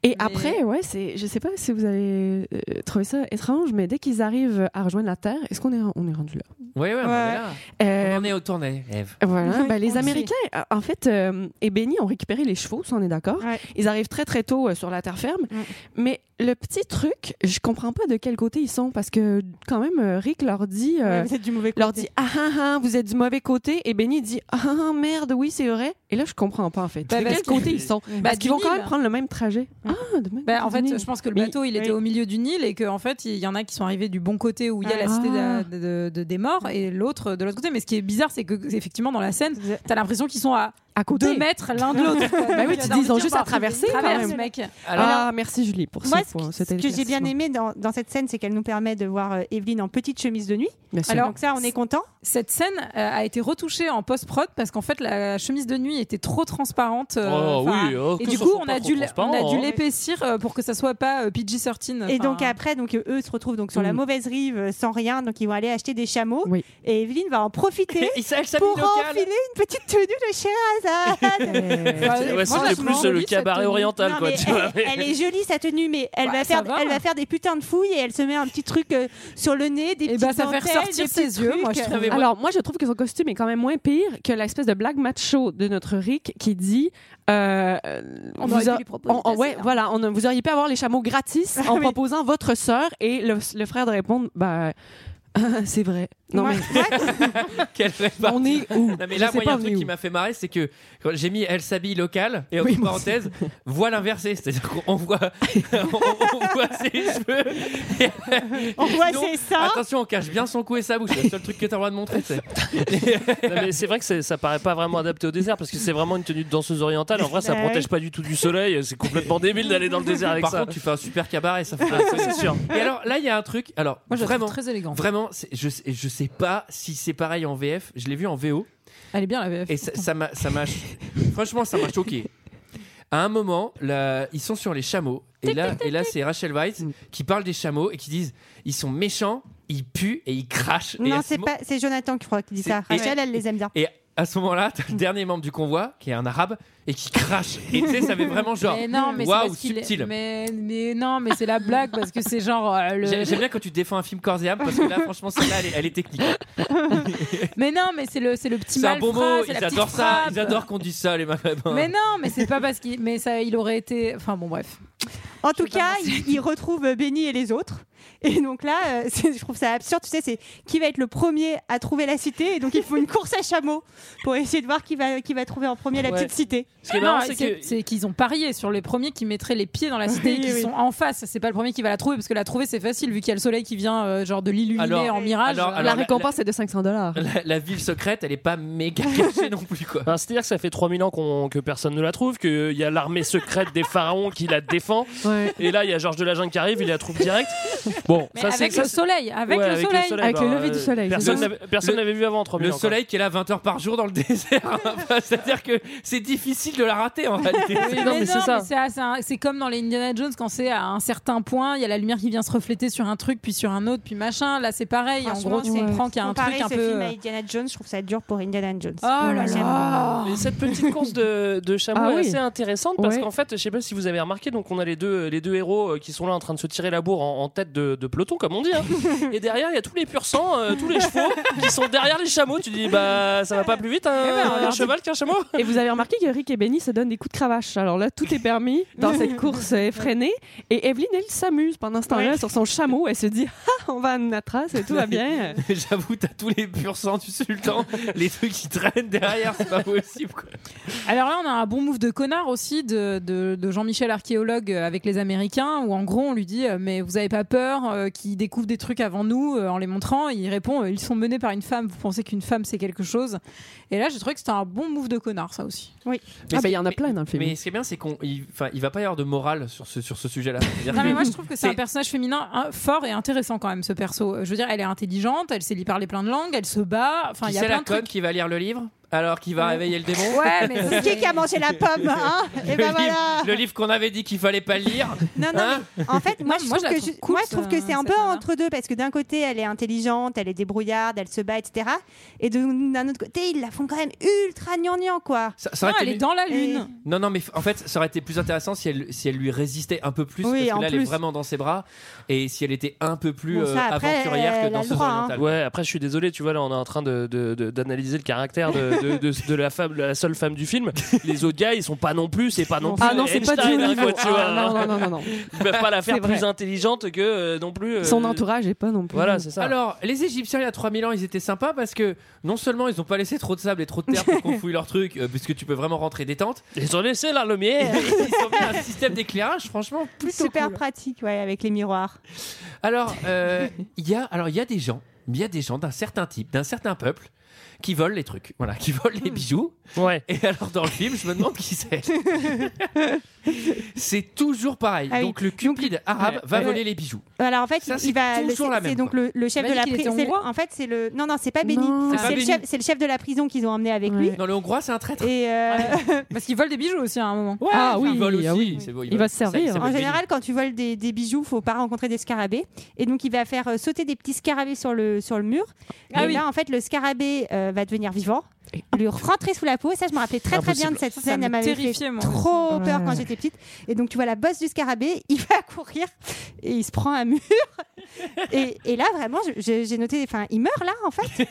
S7: Et après, ouais, c'est, je sais pas si vous avez euh, trouvé ça étrange, mais dès qu'ils arrivent à rejoindre la Terre, est-ce qu'on est, on est rendu là
S1: Oui, oui, on est là.
S7: Euh,
S1: On en est au tournée, Eve.
S7: [LAUGHS] Voilà, bah, les
S6: On
S7: Américains, euh, en fait,
S11: hein,
S7: euh, et Benny ont récupéré les chevaux, ça on est d'accord. Ils arrivent très très tôt euh, sur la terre ferme, mais
S14: le petit truc, je comprends pas de quel côté ils sont parce que quand même euh, Rick leur dit, euh,
S6: Ouais, vous êtes du mauvais
S14: leur dit ah ah ah vous êtes du mauvais côté et Benny dit ah ah merde oui c'est vrai et là je comprends pas en fait.
S11: Bah,
S14: de
S11: parce
S14: quel
S11: que-
S14: côté ils sont
S11: Bah,
S14: Parce
S11: du
S14: qu'ils vont quand
S11: Nil.
S14: même prendre le même trajet. Ah de même
S11: Bah, en
S14: côté
S11: fait,
S14: du Nil.
S11: je pense que le
S14: Mais-
S11: bateau, il était au milieu du Nil et qu'en fait, il y en a qui sont arrivés du bon côté où il y a la
S14: Ah.
S11: cité de- de- de- des morts et l'autre de l'autre côté. Mais ce qui est bizarre, c'est que effectivement dans la scène, t'as l'impression qu'ils sont à
S14: à
S6: côté.
S11: deux mètres l'un de l'autre. quoi.
S14: Bah oui,
S11: Donc,
S14: tu
S11: t'as
S14: dis,
S11: envie
S14: ils ont
S11: de dire,
S14: juste à
S11: bah,
S14: traverser, quand
S11: traverse,
S14: même.
S11: mec.
S14: ah merci Julie pour
S6: Moi,
S14: ce point.
S6: Ce que j'ai bien aimé dans, dans cette scène, c'est qu'elle nous permet de voir euh, Evelyne en petite chemise de nuit. Alors, Donc ça, on est content.
S11: Cette scène euh, a été retouchée en post-prod parce qu'en fait la chemise de nuit était trop transparente. euh,
S1: Oh,
S11: enfin,
S1: oui, oh,
S11: et
S1: que
S11: du
S1: ce
S11: coup,
S1: soit
S11: on
S1: pas
S11: a,
S1: trop
S11: dû, l- on a
S1: transparent,
S11: dû
S1: hein.
S11: l'épaissir euh, pour que ça soit pas euh, PG-13.
S6: Et
S11: enfin,
S6: donc après, donc euh, eux se retrouvent donc
S11: Mm.
S6: sur la mauvaise rive euh, sans rien, donc ils vont aller acheter des chameaux. Et Evelyne va
S1: [LAUGHS]
S6: en profiter
S1: [LAUGHS] Il s'habille
S6: pour
S1: local.
S6: enfiler une petite tenue de
S11: [LAUGHS]
S6: Sherazade.
S1: Ouais,
S6: Franchement,
S1: c'était plus euh, le cabaret oriental,
S6: non,
S1: quoi.
S6: mais
S1: tu
S6: elle,
S1: vois, mais-
S6: elle est jolie sa tenue, mais elle
S11: Bah,
S6: va
S11: ça
S6: faire,
S11: va.
S6: elle va faire des putains de fouilles et elle se met un petit truc euh, sur le nez, des
S11: Et
S6: petites
S11: bah, ça fait
S6: dentelles,
S11: ressortir
S6: des petits
S11: ses yeux, moi, je
S6: trucs.
S11: trouve. Mais moi-
S14: Alors, moi, je trouve que son costume est quand même moins pire que l'espèce de blague macho de notre Rick qui dit. euh,
S11: On aurait pu
S14: a-
S11: lui proposer
S14: on- on- Ah ouais, voilà, on a- vous auriez pu avoir les chameaux gratis
S1: Ah
S14: en proposant votre sœur et le, le frère de répondre bah, [LAUGHS] c'est vrai. Non,
S1: [LAUGHS] Ouais.
S14: mais.
S1: [LAUGHS] Quelle répartie.
S14: On est où
S1: Bah, Non, mais
S14: Je
S1: là,
S14: sais
S1: moi, il y a
S14: pas,
S1: un
S14: on
S1: truc
S14: est
S1: qui
S14: où.
S1: m'a fait marrer, c'est que quand j'ai mis elle s'habille local et en parenthèse, voile inversée. C'est-à-dire qu'on voit, [LAUGHS] on, on voit ses cheveux. et-
S6: On
S1: et
S6: voit
S1: sinon, ah
S6: ses seins.
S1: Attention, on cache bien son cou et sa bouche. C'est le seul truc que t'as le droit de montrer. c'est-
S7: Non, mais c'est vrai que c'est- ça paraît pas vraiment adapté au désert parce que c'est vraiment une tenue de danseuse orientale. En vrai, ça
S1: Bah
S7: protège
S1: oui.
S7: pas du tout du soleil. [LAUGHS] C'est complètement débile d'aller dans le désert avec
S1: Par
S7: ça.
S1: contre, tu fais un super cabaret, ça
S7: [LAUGHS] Ah, ça, c'est
S11: [LAUGHS]
S7: sûr.
S1: Et alors là, il y a un truc. Alors
S11: Moi, je la
S1: vraiment
S11: trouve très élégante.
S1: Vraiment, c'est- je sais- je sais pas si c'est pareil en VF. Je l'ai vu en VO.
S11: Elle est bien la VF.
S1: Et ça ça m'a, ça m'a, franchement, ça m'a choqué. À un moment, là, ils sont sur les chameaux. Et là, et là, c'est Rachel Weisz qui parle des chameaux et qui disent ils sont méchants, ils puent et ils crachent. Et
S6: Non,
S1: à ce
S6: c'est
S1: mo-
S6: pas, c'est Jonathan qui croit qui dit ça.
S1: et-
S6: Rachel, elle les aime bien.
S1: Et à ce moment-là, t'as le dernier membre du convoi qui est un arabe et qui crache. Et tu sais, ça fait vraiment genre
S11: Mais non, mais c'est
S1: waouh
S11: parce qu'il est-
S1: subtil.
S11: Mais, mais non, mais c'est la blague parce que c'est genre. euh, le-
S1: J'ai- J'aime bien quand tu défends un film corps et âme parce que là, franchement, celle-là, elle, est- elle est technique. hein.
S11: Mais non, mais c'est le, c'est le petit
S1: C'est un
S11: mal.
S1: bon
S11: frat,
S1: mot,
S11: c'est
S1: ils
S11: la petite
S1: adorent ça,
S11: frappe.
S1: ils adorent qu'on dise ça, les maghrébins.
S11: Mais non, mais c'est pas parce qu'il. Mais ça, il aurait été. Enfin bon, bref.
S6: En tout cas, ils il retrouvent Benny et les autres. Et donc là, euh, [LAUGHS] c'est- je trouve ça absurde. Tu sais, c'est qui va être le premier à trouver la cité. Et donc, il faut une course à chameau pour essayer de voir qui va, qui va trouver en premier la
S11: Ouais.
S6: petite cité.
S11: Ce qui est marrant, c'est que- c'est qu'ils ont parié sur les premiers qui mettraient les pieds dans la cité
S6: Oui,
S11: et qui
S6: oui.
S11: sont en face. C'est pas le premier qui va la trouver parce que la trouver c'est facile vu qu'il y a le soleil qui vient euh, genre de l'illuminer
S1: Alors-
S11: en mirage.
S1: alors- alors, La la- récompense
S14: est Oh, de 500 dollars.
S1: La, la ville secrète, elle est pas méga cachée non plus,
S7: [LAUGHS]
S1: quoi.
S7: Enfin, Bah, C'est-à-dire que ça fait 3000 ans qu'on- que personne ne la trouve, qu'il y a l'armée secrète des pharaons qui la défend.
S14: Ouais.
S7: Et là, il y a Georges de la Jungle qui arrive, il la trouve direct. Bon,
S11: Mais
S7: ça, c'est-
S11: avec
S7: ça,
S11: le
S7: c'est-
S11: soleil, avec
S7: Ouais,
S11: le soleil,
S7: bah, euh, Personne n'avait- personne n'avait vu avant 3000
S1: Le
S7: ans, quoi.
S1: soleil qui est là 20 heures par jour dans le [LAUGHS] désert. Enfin, C'est-à-dire que c'est difficile de la rater en
S7: [LAUGHS]
S1: réalité.
S11: Mais non, mais c'est à- c'est un- C'est comme dans les Indiana Jones quand c'est à un certain point, il y a la lumière qui vient se refléter sur un truc, puis sur un autre, puis machin. Là, c'est pareil. En
S6: Franchement,
S11: gros, tu
S6: c'est-
S11: comprends qu'il y a un
S6: comparer
S11: truc un
S6: ce
S11: peu. euh,
S6: film à Indiana Jones, je trouve ça dur pour Indiana Jones.
S11: Oh là là.
S7: Mais cette petite course de, de chameau
S6: Ah
S7: est
S6: oui.
S7: assez intéressante parce
S6: Ouais.
S7: qu'en fait, je sais pas si vous avez remarqué, donc on a les deux, les deux héros euh, qui sont là en train de se tirer la bourre en, en tête de, de peloton, comme on dit.
S11: [LAUGHS]
S7: hein. Et derrière, il y a tous les pur sang, euh, tous les chevaux qui sont derrière les chameaux. Tu dis, bah ça va pas plus vite hein,
S14: Eh ben,
S7: un
S14: alors,
S7: cheval qu'un chameau
S14: Et vous avez remarqué que Rick et Benny se donnent des coups de cravache. Alors là, tout est permis dans cette
S11: [LAUGHS]
S14: course effrénée. Et Evelyne, elle s'amuse pendant ce temps-là sur son chameau. Elle se dit Ah, on va à Natras et tout va bien.
S1: [LAUGHS] J'avoue, t'as tous les pur sang du sultan, les trucs qui traînent derrière, c'est pas possible. Quoi.
S11: Alors là, on a un bon move de connard aussi de, de- de Jean-Michel archéologue euh, avec les Américains, où en gros on lui dit euh, mais vous avez pas peur euh, qu'ils découvrent des trucs avant nous euh, en les montrant. Et il répond euh, ils sont menés par une femme. Vous pensez qu'une femme c'est quelque chose Et là, j'ai trouvé que c'était un bon move de connard, ça aussi.
S6: Oui.
S1: Mais
S14: Ah, bah, il y en a plein dans le film.
S1: Mais ce qui est bien, c'est qu'on, il, enfin, il va pas y avoir de morale sur ce sur ce sujet-là. C'est-à-dire
S11: Non mais
S1: que-
S11: moi je trouve que c'est un personnage féminin hein, fort et intéressant quand même ce perso. Euh, Je veux dire, elle est intelligente, elle sait lire parler plein de langues, elle se bat. Enfin,
S1: qui
S11: il y a
S1: c'est
S11: plein
S1: la
S11: de trucs.
S1: conne qui va lire le livre alors qu'il va réveiller le démon
S11: Ouais, mais ça,
S6: Qui, est qui a mangé la pomme hein
S1: Le
S6: Et ben
S1: livre-
S6: voilà.
S1: le livre qu'on avait dit qu'il fallait pas lire.
S6: Non, non,
S1: Hein
S6: mais en fait, moi,
S11: Non,
S6: je,
S11: moi,
S6: trouve
S11: je la
S6: que
S11: trouve
S6: je-
S11: cool,
S6: moi, je trouve que
S11: ça,
S6: c'est un peu entre deux parce que d'un côté, elle est intelligente, elle est débrouillarde, elle se bat, etc. Et de- d'un autre côté, ils la font quand même ultra gnangnan, quoi.
S1: ça aurait Non, été elle est mieux. dans
S11: la
S6: lune.
S1: Non, non, mais f- en fait, ça aurait été plus intéressant si elle, si elle lui résistait un peu plus,
S6: Oui,
S1: parce
S6: en
S1: que là, elle est
S6: plus.
S1: vraiment dans ses bras, et si elle était un peu plus
S6: Bon, ça,
S1: euh,
S6: après,
S1: aventurière
S6: elle
S1: que
S6: a
S1: dans
S6: le
S1: ses
S6: droit, hein.
S1: orientales.
S7: Ouais, après je suis désolé, tu vois là on est en train de- de- de- d'analyser le caractère de,
S3: de, de- de la, femme, la seule femme du film. Les autres gars, ils sont pas non plus, c'est pas non plus.
S7: Ah non, c'est pas du
S3: Einstein,
S7: haut
S3: hein,
S7: niveau.
S3: quoi, tu
S7: Ah,
S3: vois.
S7: non, non, non, non, non.
S3: Ils peuvent pas la faire
S7: C'est vrai.
S3: plus intelligente que euh, non plus. euh,
S7: Son entourage est pas non plus.
S1: Alors, les Égyptiens, il y a 3000 ans, ils étaient sympas parce que non seulement ils n'ont pas laissé trop de sable et trop de terre pour qu'on fouille leur truc, euh, puisque tu peux vraiment rentrer détente.
S3: Ils ont laissé la lumière.
S1: ils ont mis un système d'éclairage, franchement, plutôt
S6: Super
S1: cool.
S6: pratique, ouais, avec les miroirs.
S1: Alors, euh, il y a, alors il y a des gens, il y a des gens d'un certain type, d'un certain peuple, qui volent les trucs, voilà, qui volent les bijoux.
S3: Ouais.
S1: Et alors dans le film, je me demande qui c'est. c'est toujours pareil.
S6: Ah oui.
S1: Donc le cupide arabe
S6: Ouais.
S1: va
S6: Ouais.
S1: voler les bijoux.
S6: Euh, Alors en fait,
S1: Ça, c'est
S6: il va. le-
S1: toujours la
S6: C'est
S1: même,
S6: c'est donc
S1: quoi.
S6: le, le chef
S1: T'as pas
S6: de la
S1: dit qu'il
S6: prison.
S1: était
S6: En fait, c'est le. Non, non, c'est pas Béni.
S1: C'est pas
S6: C'est le
S1: Béni.
S6: chef- c'est le chef de la prison qu'ils ont emmené avec lui.
S1: Non, le hongrois, c'est un traître.
S6: Et
S11: Ah
S6: euh,
S11: Parce qu'ils volent des bijoux aussi à un moment.
S1: Ah oui, il vole aussi. c'est bon,
S7: Il va se
S1: Ça,
S7: servir.
S1: ça
S6: En
S1: s'appelle
S6: général, quand tu voles des, des bijoux, faut pas rencontrer des scarabées. Et donc, il va faire euh, sauter des petits scarabées sur le, sur le mur.
S11: Ah
S6: et
S11: oui.
S6: là, en fait, le scarabée euh, va devenir vivant, lui rentrer sous la peau. Et ça, je me rappelais très très bien de cette
S11: Impossible. Ah, Ça, ça
S6: scène.
S11: me
S6: Elle m'avait
S11: terrifiait,
S6: fait
S11: moi.
S6: trop
S11: Ouais.
S6: peur quand j'étais petite. Et donc, tu vois la bosse du scarabée, [LAUGHS] il va courir et il se prend un mur. [LAUGHS] Et, et là, vraiment, je- je- j'ai noté. Enfin, il meurt là, en
S11: [LAUGHS]
S6: fait.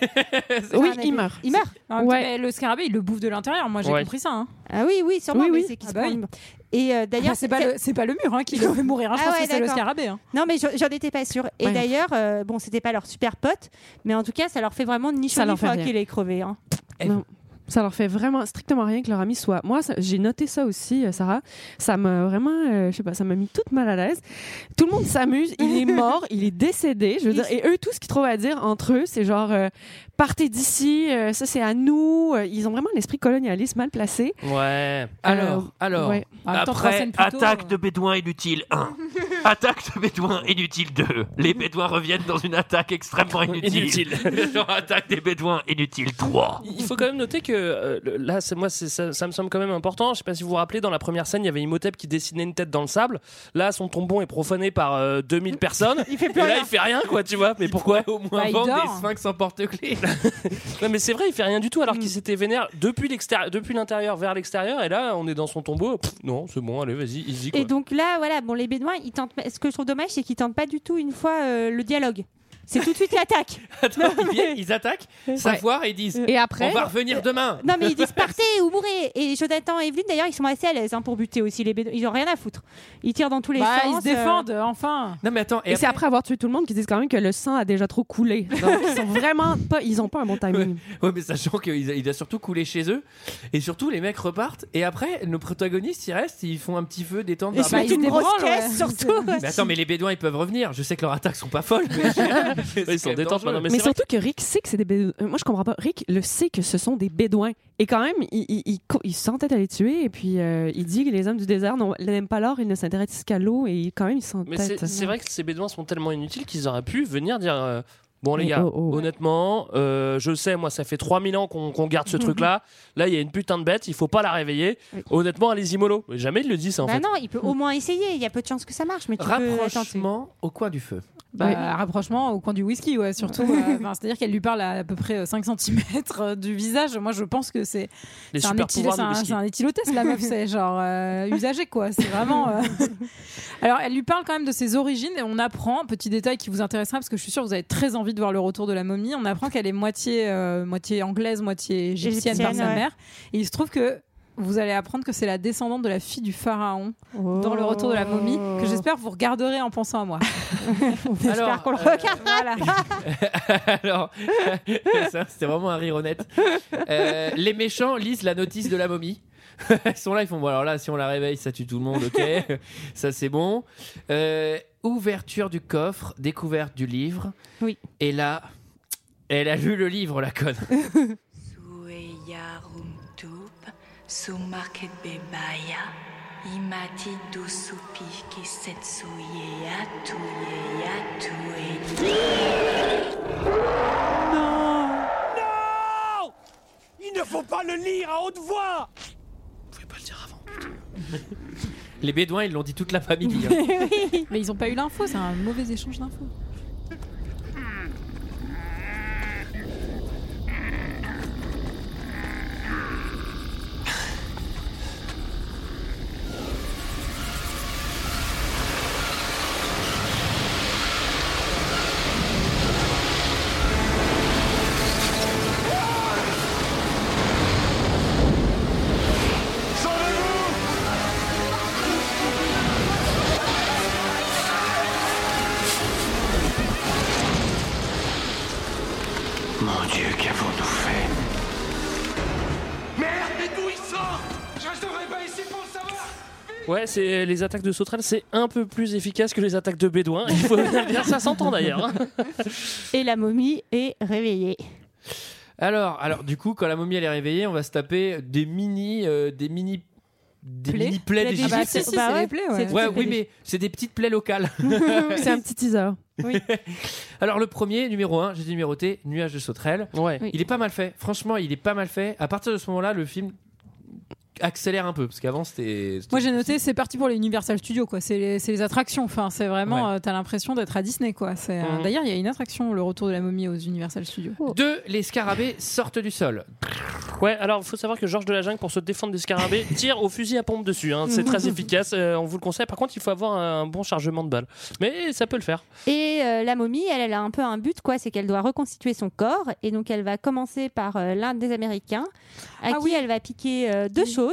S7: Oui,
S6: Enfin,
S7: il meurt.
S6: Il meurt.
S11: En même temps, mais le scarabée, il le bouffe de l'intérieur. Moi, j'ai
S7: Ouais.
S11: compris ça. hein.
S6: Ah oui, oui, sûrement.
S11: Oui,
S6: mais
S11: oui.
S6: c'est qu'il
S11: Ah
S6: se
S11: bah
S6: prend
S11: oui.
S6: une- Et euh,
S11: D'ailleurs,
S6: d'ailleurs,
S11: c'est pas, le- c'est pas le mur hein, qui le fait mourir. hein. Je
S6: Ah
S11: pense
S6: ouais,
S11: que c'est le
S6: d'accord.
S11: scarabée. hein.
S6: Non, mais j'en j'en étais pas sûre. Et
S11: Ouais.
S6: d'ailleurs, euh, bon, c'était pas leur super pote, mais en tout cas, ça leur fait vraiment ni chaud
S7: Ça
S6: ni
S7: leur fait
S6: froid
S7: rien.
S6: qu'il ait crevé. hein.
S7: Non. Ça leur fait vraiment strictement rien que leur ami soit. Moi, ça- j'ai noté ça aussi, euh, Sarah. Ça m'a vraiment, euh, je sais pas, ça m'a mis toute mal à l'aise. Tout le monde s'amuse. Il est mort, il est décédé. Je veux dire, et eux, tout ce qu'ils trouvent à dire entre eux, c'est genre euh, partez d'ici, euh, ça c'est à nous. Euh, Ils ont vraiment l'esprit colonialiste mal placé.
S3: Ouais.
S1: Alors,
S7: Euh,
S1: alors.
S7: ouais. En même temps, trois
S12: Après
S7: scènes plus tôt,
S12: attaque
S11: euh,
S12: de bédouins inutile 1, attaque de bédouins inutile 2. Les bédouins reviennent dans une attaque extrêmement inutile.
S3: Inutile.
S12: Genre attaque des bédouins inutile 3.
S3: [LAUGHS] Il faut quand même noter que euh, le- là, c'est moi, c'est- ça, ça me semble quand même important. Je sais pas si vous vous rappelez, dans la première scène, il y avait Imhotep qui dessinait une tête dans le sable. Là, son tombon est profané par euh, 2000 personnes.
S1: [LAUGHS] Il fait
S3: et
S1: plus
S3: là,
S1: rien.
S3: il fait rien, quoi, tu vois. Mais pourquoi
S1: Au moins
S3: Bah, il
S1: vendre
S3: dort.
S1: des sphinx en porte-clés.
S3: [LAUGHS]
S1: Mm.
S3: Non, mais c'est vrai, il fait rien du tout alors qu'il s'était vénère depuis l'extérieur, depuis l'intérieur vers l'extérieur. Et là, on est dans son tombeau. Pff, non, c'est bon, allez, vas-y, easy. Quoi. [LAUGHS]
S6: Et donc là, voilà, bon, les Bédouins, ils tentent. Ce que je trouve dommage, c'est qu'ils tentent pas du tout une fois euh, le dialogue. C'est tout de suite l'attaque.
S1: Attends, ils, [LAUGHS] viennent, ils attaquent, savoir, et ils disent
S6: Et après-
S1: On va revenir demain.
S6: Non, mais ils disent partez ou mourrez. Et Jonathan et Evelyne, d'ailleurs, ils sont assez à l'aise hein, pour buter aussi les Bédouins. Ils ont rien à foutre. Ils tirent dans tous les
S11: Bah,
S6: sens.
S11: ils se défendent, enfin.
S1: Non, mais attends.
S7: Et, c'est après avoir tué tout le monde qu'ils disent quand même que le sang a déjà trop
S11: [LAUGHS]
S7: coulé.
S6: euh.
S11: Bah,
S7: Donc ils sont vraiment pas, ils ont pas un
S6: [LAUGHS]
S7: bon timing.
S1: Ouais, mais sachant qu'il a, il a surtout coulé chez eux. Et surtout, les mecs repartent. Et après, nos protagonistes, ils restent, ils font un petit feu, détendent.
S6: Ils
S1: un
S6: se
S1: peu.
S6: mettent une grosse caisse, surtout.
S1: Mais attends, mais les Bédouins, ils peuvent revenir. Je sais que leurs attaques sont pas folles.
S3: [LAUGHS]
S1: Mais ils sont détendus.
S7: mais surtout que Rick sait que c'est des bédouins. Moi, je comprends pas. Rick le sait que ce sont des bédouins. Et quand même, il, il, il co- il se sentait à les tuer. Et puis, euh, il dit que les hommes du désert n'ont- n'aiment pas l'or, ils ne s'intéressent qu'à l'eau. Et il- quand même, ils
S3: Mais c'est
S7: s'entêtent.
S3: c'est vrai que ces bédouins sont tellement inutiles qu'ils auraient pu venir dire euh, Bon, les
S7: Mais
S3: gars,
S7: oh, oh.
S3: honnêtement, euh, je sais, moi, ça fait 3000 ans qu'on qu'on garde ce truc-là. Là, il y a une putain de bête, il faut pas la réveiller. Honnêtement, allez-y, mollo. Mais Jamais il le dit, ça, en
S6: Bah
S3: fait.
S6: non, il peut au moins essayer. Il y a peu de chances que ça marche, mais tu peux tenter.
S1: Rapprochement au coin du feu.
S11: [LAUGHS] Bah,
S1: Ouais.
S11: Rapprochement au coin du whisky, ouais, surtout. euh, ben, C'est-à-dire qu'elle lui parle à, à peu près euh, 5 cm du visage. Moi, je pense que c'est
S3: Les
S11: c'est un,
S3: super
S11: éthyl-
S3: pouvoirs
S11: c'est
S3: du
S11: un,
S3: whisky.
S11: c'est un éthylotest, la meuf. C'est genre euh, usagé, quoi. C'est
S3: [LAUGHS]
S11: vraiment. euh, Alors, elle lui parle quand même de ses origines et on apprend, petit détail qui vous intéressera parce que je suis sûre que vous avez très envie de voir le retour de la momie. On apprend qu'elle est moitié, euh, moitié anglaise, moitié égyptienne, par
S6: Égyptienne,
S11: sa
S6: ouais.
S11: mère. Et il se trouve que. Vous allez apprendre que c'est la descendante de la fille du pharaon dans le retour de la momie, que
S6: Oh.
S11: j'espère vous regarderez en pensant à moi.
S1: Alors,
S11: qu'on le
S1: euh,
S11: regarde.
S1: Alors, [LAUGHS] ça, c'était vraiment un rire honnête. Euh, les méchants lisent la notice de la momie. [LAUGHS] ils sont là, ils font bon, alors là, si on la réveille, ça tue tout le monde, ok.
S3: [LAUGHS]
S1: ça, c'est bon. Euh, ouverture du coffre, découverte du livre.
S6: Oui.
S1: Et là, elle a lu le livre, la conne.
S13: Yarumtup, Sumarket Bebaya, Imati Dusupi Kisetsuyeya Tuyeya
S4: Non Il ne faut pas le lire à haute voix
S1: les Bédouins, ils l'ont dit toute l'après-midi. hein.
S11: Mais ils ont pas eu l'info, c'est un mauvais échange d'infos.
S4: Qu'est-ce
S9: Mon Dieu, qu'avons-nous fait
S4: Merde, mais d'où il sort Je resterai pas ici pour le savoir
S3: [LAUGHS] Ouais, c'est les attaques de sauterelles, c'est un peu plus efficace que les attaques de bédouins. Il faut bien le dire, ça s'entend d'ailleurs. hein.
S11: Oh.
S6: Et la momie est réveillée.
S1: Alors, alors, du coup, quand la momie elle est réveillée, on va se taper des mini, euh, des mini, des
S11: Plaies.
S1: mini plaies
S11: Plaies
S1: d'Égypte.
S11: d'Égypte, Ah bah, si, si, Bah c'est ouais. les plaies, ouais.
S1: C'est-
S11: Tout
S1: ouais,
S11: à fait
S1: oui, mais c'est des petites plaies locales. [LAUGHS]
S7: C'est un petit teaser.
S1: Alors le premier, numéro 1, j'ai dit numéroté, Nuage de sauterelles. Il est pas mal fait. Franchement, il est pas mal fait. À partir de ce moment-là, le film accélère un peu parce qu'avant c'était.
S11: Moi j'ai noté, c'est parti pour les Universal Studios, quoi. C'est les, c'est les attractions. Enfin, c'est vraiment,
S1: Ouais.
S11: euh, t'as l'impression d'être à Disney, quoi. C'est, euh,
S1: Mhm.
S11: D'ailleurs, il y a une attraction, le retour de la momie aux Universal Studios.
S1: Deux, les scarabées sortent du sol.
S3: Ouais, alors faut savoir que Georges de la Jungle, pour se défendre des
S7: [LAUGHS]
S3: scarabées, tire au fusil à pompe dessus. hein. C'est très efficace, euh, on vous le conseille. Par contre, il faut avoir un bon chargement de balles. Mais ça peut le faire.
S6: Et euh, la momie, elle, elle a un peu un but, quoi, c'est qu'elle doit reconstituer son corps. Et donc, elle va commencer par euh, l'un des Américains, à qui elle va piquer euh, deux choses.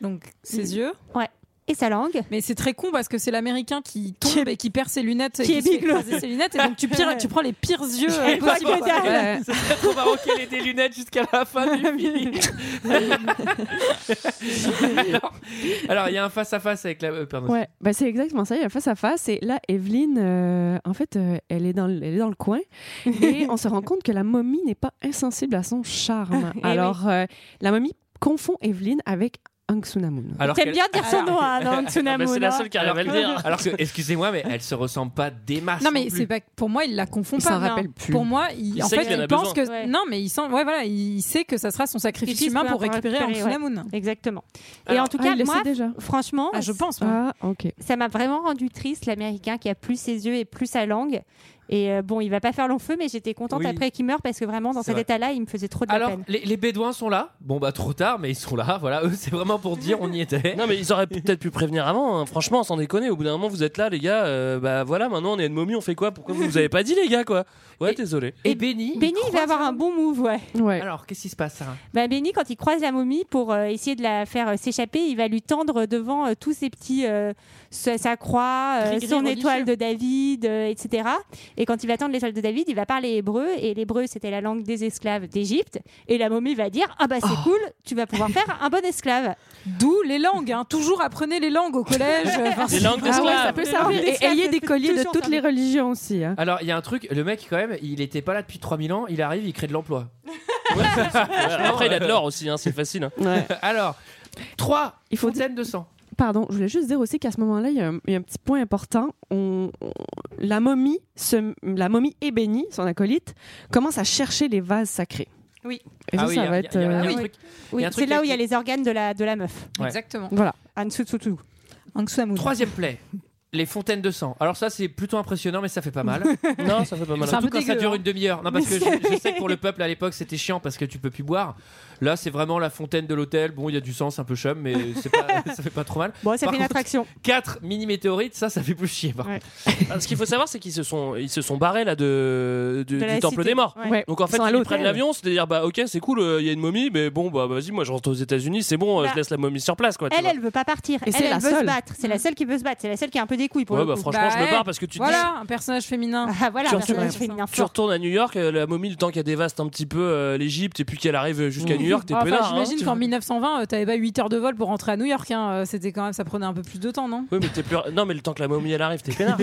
S11: Donc, ses yeux.
S6: Ouais. Et sa langue.
S11: Mais c'est très con parce que c'est l'américain qui tombe et qui perd ses lunettes. et
S6: Qui est
S11: se fait
S6: biglo.
S11: écraser ses lunettes. Et donc tu, pires- tu prends les pires yeux euh,
S6: Et pas
S11: possibles,
S6: que
S11: quoi.
S6: dalle.
S1: [LAUGHS]
S11: Ouais.
S6: C'est
S1: trop marrant qu'elle ait des lunettes jusqu'à la fin du film. [LAUGHS] Alors il y a un face à face avec la. euh, pardon.
S7: Ouais, bah c'est exactement ça. Il y a face à face. Et là, Evelyne, euh, en fait, euh, elle, est dans le, elle est dans
S3: [LAUGHS]
S7: le coin. Et on se rend compte que la momie n'est pas insensible à son charme.
S3: Ah
S6: Eh oui.
S7: Alors, euh, la momie confond Evelyne avec Ang Sunamun.
S1: Alors
S6: T'aimes
S1: qu'elle-
S6: bien dire son nom, hein,
S1: [LAUGHS]
S6: non,
S1: Ah, bah,
S6: Tsunamu, non
S3: Alors
S1: arrive à
S3: que-
S1: Alors
S3: [LAUGHS]
S1: que, excusez-moi, mais elle se ressemble pas des masses.
S11: Non mais
S1: plus.
S11: c'est pas pour moi il la confond
S7: Il
S11: pas.
S7: s'en
S11: mais
S7: rappelle
S11: en-
S7: plus.
S11: Pour moi il,
S1: Il
S11: en
S1: sait
S11: fait
S1: qu'il en a
S11: il pense
S1: besoin.
S11: que non mais il sent ouais voilà il il sait que ça sera son sacrifice
S6: Utilise
S11: humain
S6: peu
S11: pour
S6: importe,
S11: récupérer Ang
S6: récupérer, ouais.
S11: Sunamun.
S6: Exactement. Et
S11: Alors-
S6: en tout
S11: Ah,
S6: cas,
S11: il le
S6: moi,
S11: sait déjà.
S6: franchement,
S11: Ah, je pense. ouais.
S7: Ah, ok.
S6: ça m'a vraiment rendu triste l'américain qui a plus ses yeux et plus sa langue. Et euh, bon, il va pas faire long feu, mais j'étais contente
S1: Oui.
S6: après qu'il meure parce que vraiment, dans
S1: C'est
S6: cet
S1: vrai.
S6: état-là, il me faisait trop de la
S1: Alors,
S6: peine.
S1: les, les Bédouins sont là. Bon, bah, trop tard, mais ils sont là. Voilà, eux, c'est vraiment pour dire on y était.
S3: Non mais ils auraient peut-être pu prévenir avant. hein. Franchement, sans déconner, au bout d'un moment vous êtes là les gars. euh, bah voilà, maintenant on est une momie, on fait quoi Pourquoi vous nous avez pas dit les gars quoi Ouais, désolé.
S1: Et Benny.
S6: Benny, il va avoir un bon move, ouais.
S7: Ouais.
S1: Alors, qu'est-ce qui se passe, Sarah
S6: Bah, Benny, quand il croise la momie pour euh, essayer de la faire euh, s'échapper, il va lui tendre devant euh, tous ses petits. euh, sa, sa croix, euh,
S11: Gris-gris
S6: son
S11: religieux.
S6: étoile de David, euh, etc. Et quand il va tendre l'étoile de David, il va parler hébreu. Et l'hébreu, c'était la langue des esclaves d'Égypte. Et la momie va dire Ah bah c'est
S7: Oh.
S6: cool, tu vas pouvoir faire un bon esclave.
S11: D'où les langues. hein. Toujours apprenez les langues au
S7: [LAUGHS]
S11: collège. Enfin,
S3: Les langues
S7: Ah ouais,
S3: d'esclaves.
S7: ça peut servir.
S6: langues
S7: Et
S6: d'esclaves,
S7: ayez des
S6: tout-
S7: colliers de
S6: toujours
S7: toutes
S6: servir.
S7: les religions aussi. hein.
S1: Alors, il y a un truc, le mec, quand même, il était pas là depuis 3000 ans. Il arrive, il crée de l'emploi. euh,
S3: Après il a de l'or aussi, hein, c'est facile. hein.
S7: Ouais.
S1: [LAUGHS] Alors, 3
S7: Il faut
S1: fontaines de sang.
S7: Pardon, je voulais juste dire aussi qu'à ce moment-là, il y, a un- il y a un petit point important. On, on- la momie, se- la momie Ebony, son acolyte, commence à chercher les vases sacrés.
S6: Oui.
S7: Et ça,
S1: Ah oui,
S7: ça
S1: il y a-
S7: va
S1: il y a-
S7: être.
S1: il y a un
S7: euh,
S6: oui.
S1: truc- il y
S6: Oui,
S1: a un
S6: c'est
S1: truc
S6: là où
S1: qui-
S6: il y a les organes de la, de la meuf.
S1: Ouais.
S11: Exactement.
S7: Voilà.
S6: En dessous, dessous, dessous.
S11: Ang Sunamun.
S1: Troisième plaie. Les fontaines de sang. Alors ça c'est plutôt impressionnant mais ça fait pas
S11: [LAUGHS]
S1: mal.
S3: Non, ça fait pas mal.
S11: C'est un
S1: Surtout
S11: peu
S1: quand ça
S11: dégueu,
S1: dure
S11: hein.
S1: une demi-heure. Non parce que
S6: Mais
S1: je,
S6: c'est-
S1: je sais que pour le peuple à l'époque c'était chiant parce que tu peux plus boire. Là c'est vraiment la fontaine de l'hôtel. Bon il y a du sang c'est un peu chum mais c'est
S11: [LAUGHS]
S1: pas, ça fait pas trop mal.
S6: Bon, ça
S1: Par
S6: fait une
S1: contre-
S6: attraction.
S1: 4 mini météorites ça ça fait plus chier par
S6: Ouais.
S1: contre.
S3: Ah, ce qu'il faut savoir, c'est qu'ils se sont, ils se sont barrés là de, de-
S6: De la
S3: du temple
S6: cité.
S3: des morts.
S6: Ouais.
S7: Ouais.
S3: Donc en fait,
S7: sont à
S3: ils
S7: l'hôtel.
S3: prennent l'avion, c'est-à-dire bah ok, c'est cool, euh, il y a une momie, mais bon bah vas-y, moi je rentre aux États-Unis, c'est bon, euh, je
S6: Bah,
S3: laisse la momie sur place quoi. tu
S6: Elle,
S3: vois.
S6: elle veut pas partir.
S7: Et
S6: elle,
S7: c'est
S6: elle
S7: la
S6: veut se
S7: seule.
S6: battre. C'est la seule qui veut se battre. C'est la seule qui a un peu des couilles pour
S3: Ouais,
S6: le
S3: bah,
S6: coup.
S3: franchement,
S11: Bah,
S3: je me
S11: ouais.
S3: barre parce que tu te
S11: Voilà un personnage féminin.
S6: Ah, voilà,
S3: Tu
S6: un
S3: retournes-
S6: personnage féminin
S3: dis, tu
S6: fort.
S3: retournes à New York, euh, la momie, le temps qu'elle dévaste un petit peu euh, l'Égypte et puis qu'elle arrive jusqu'à New York, t'es
S11: Ah, enfin,
S3: peinard. hein,
S11: J'imagine
S3: tu
S11: qu'en
S3: vois.
S11: 1920, euh, t'avais pas 8 heures de vol pour rentrer à New York. hein. Euh, C'était quand même, ça prenait un peu plus de temps, non
S3: Oui, mais t'es plus... Non, mais le temps que la momie elle arrive, t'es peinard.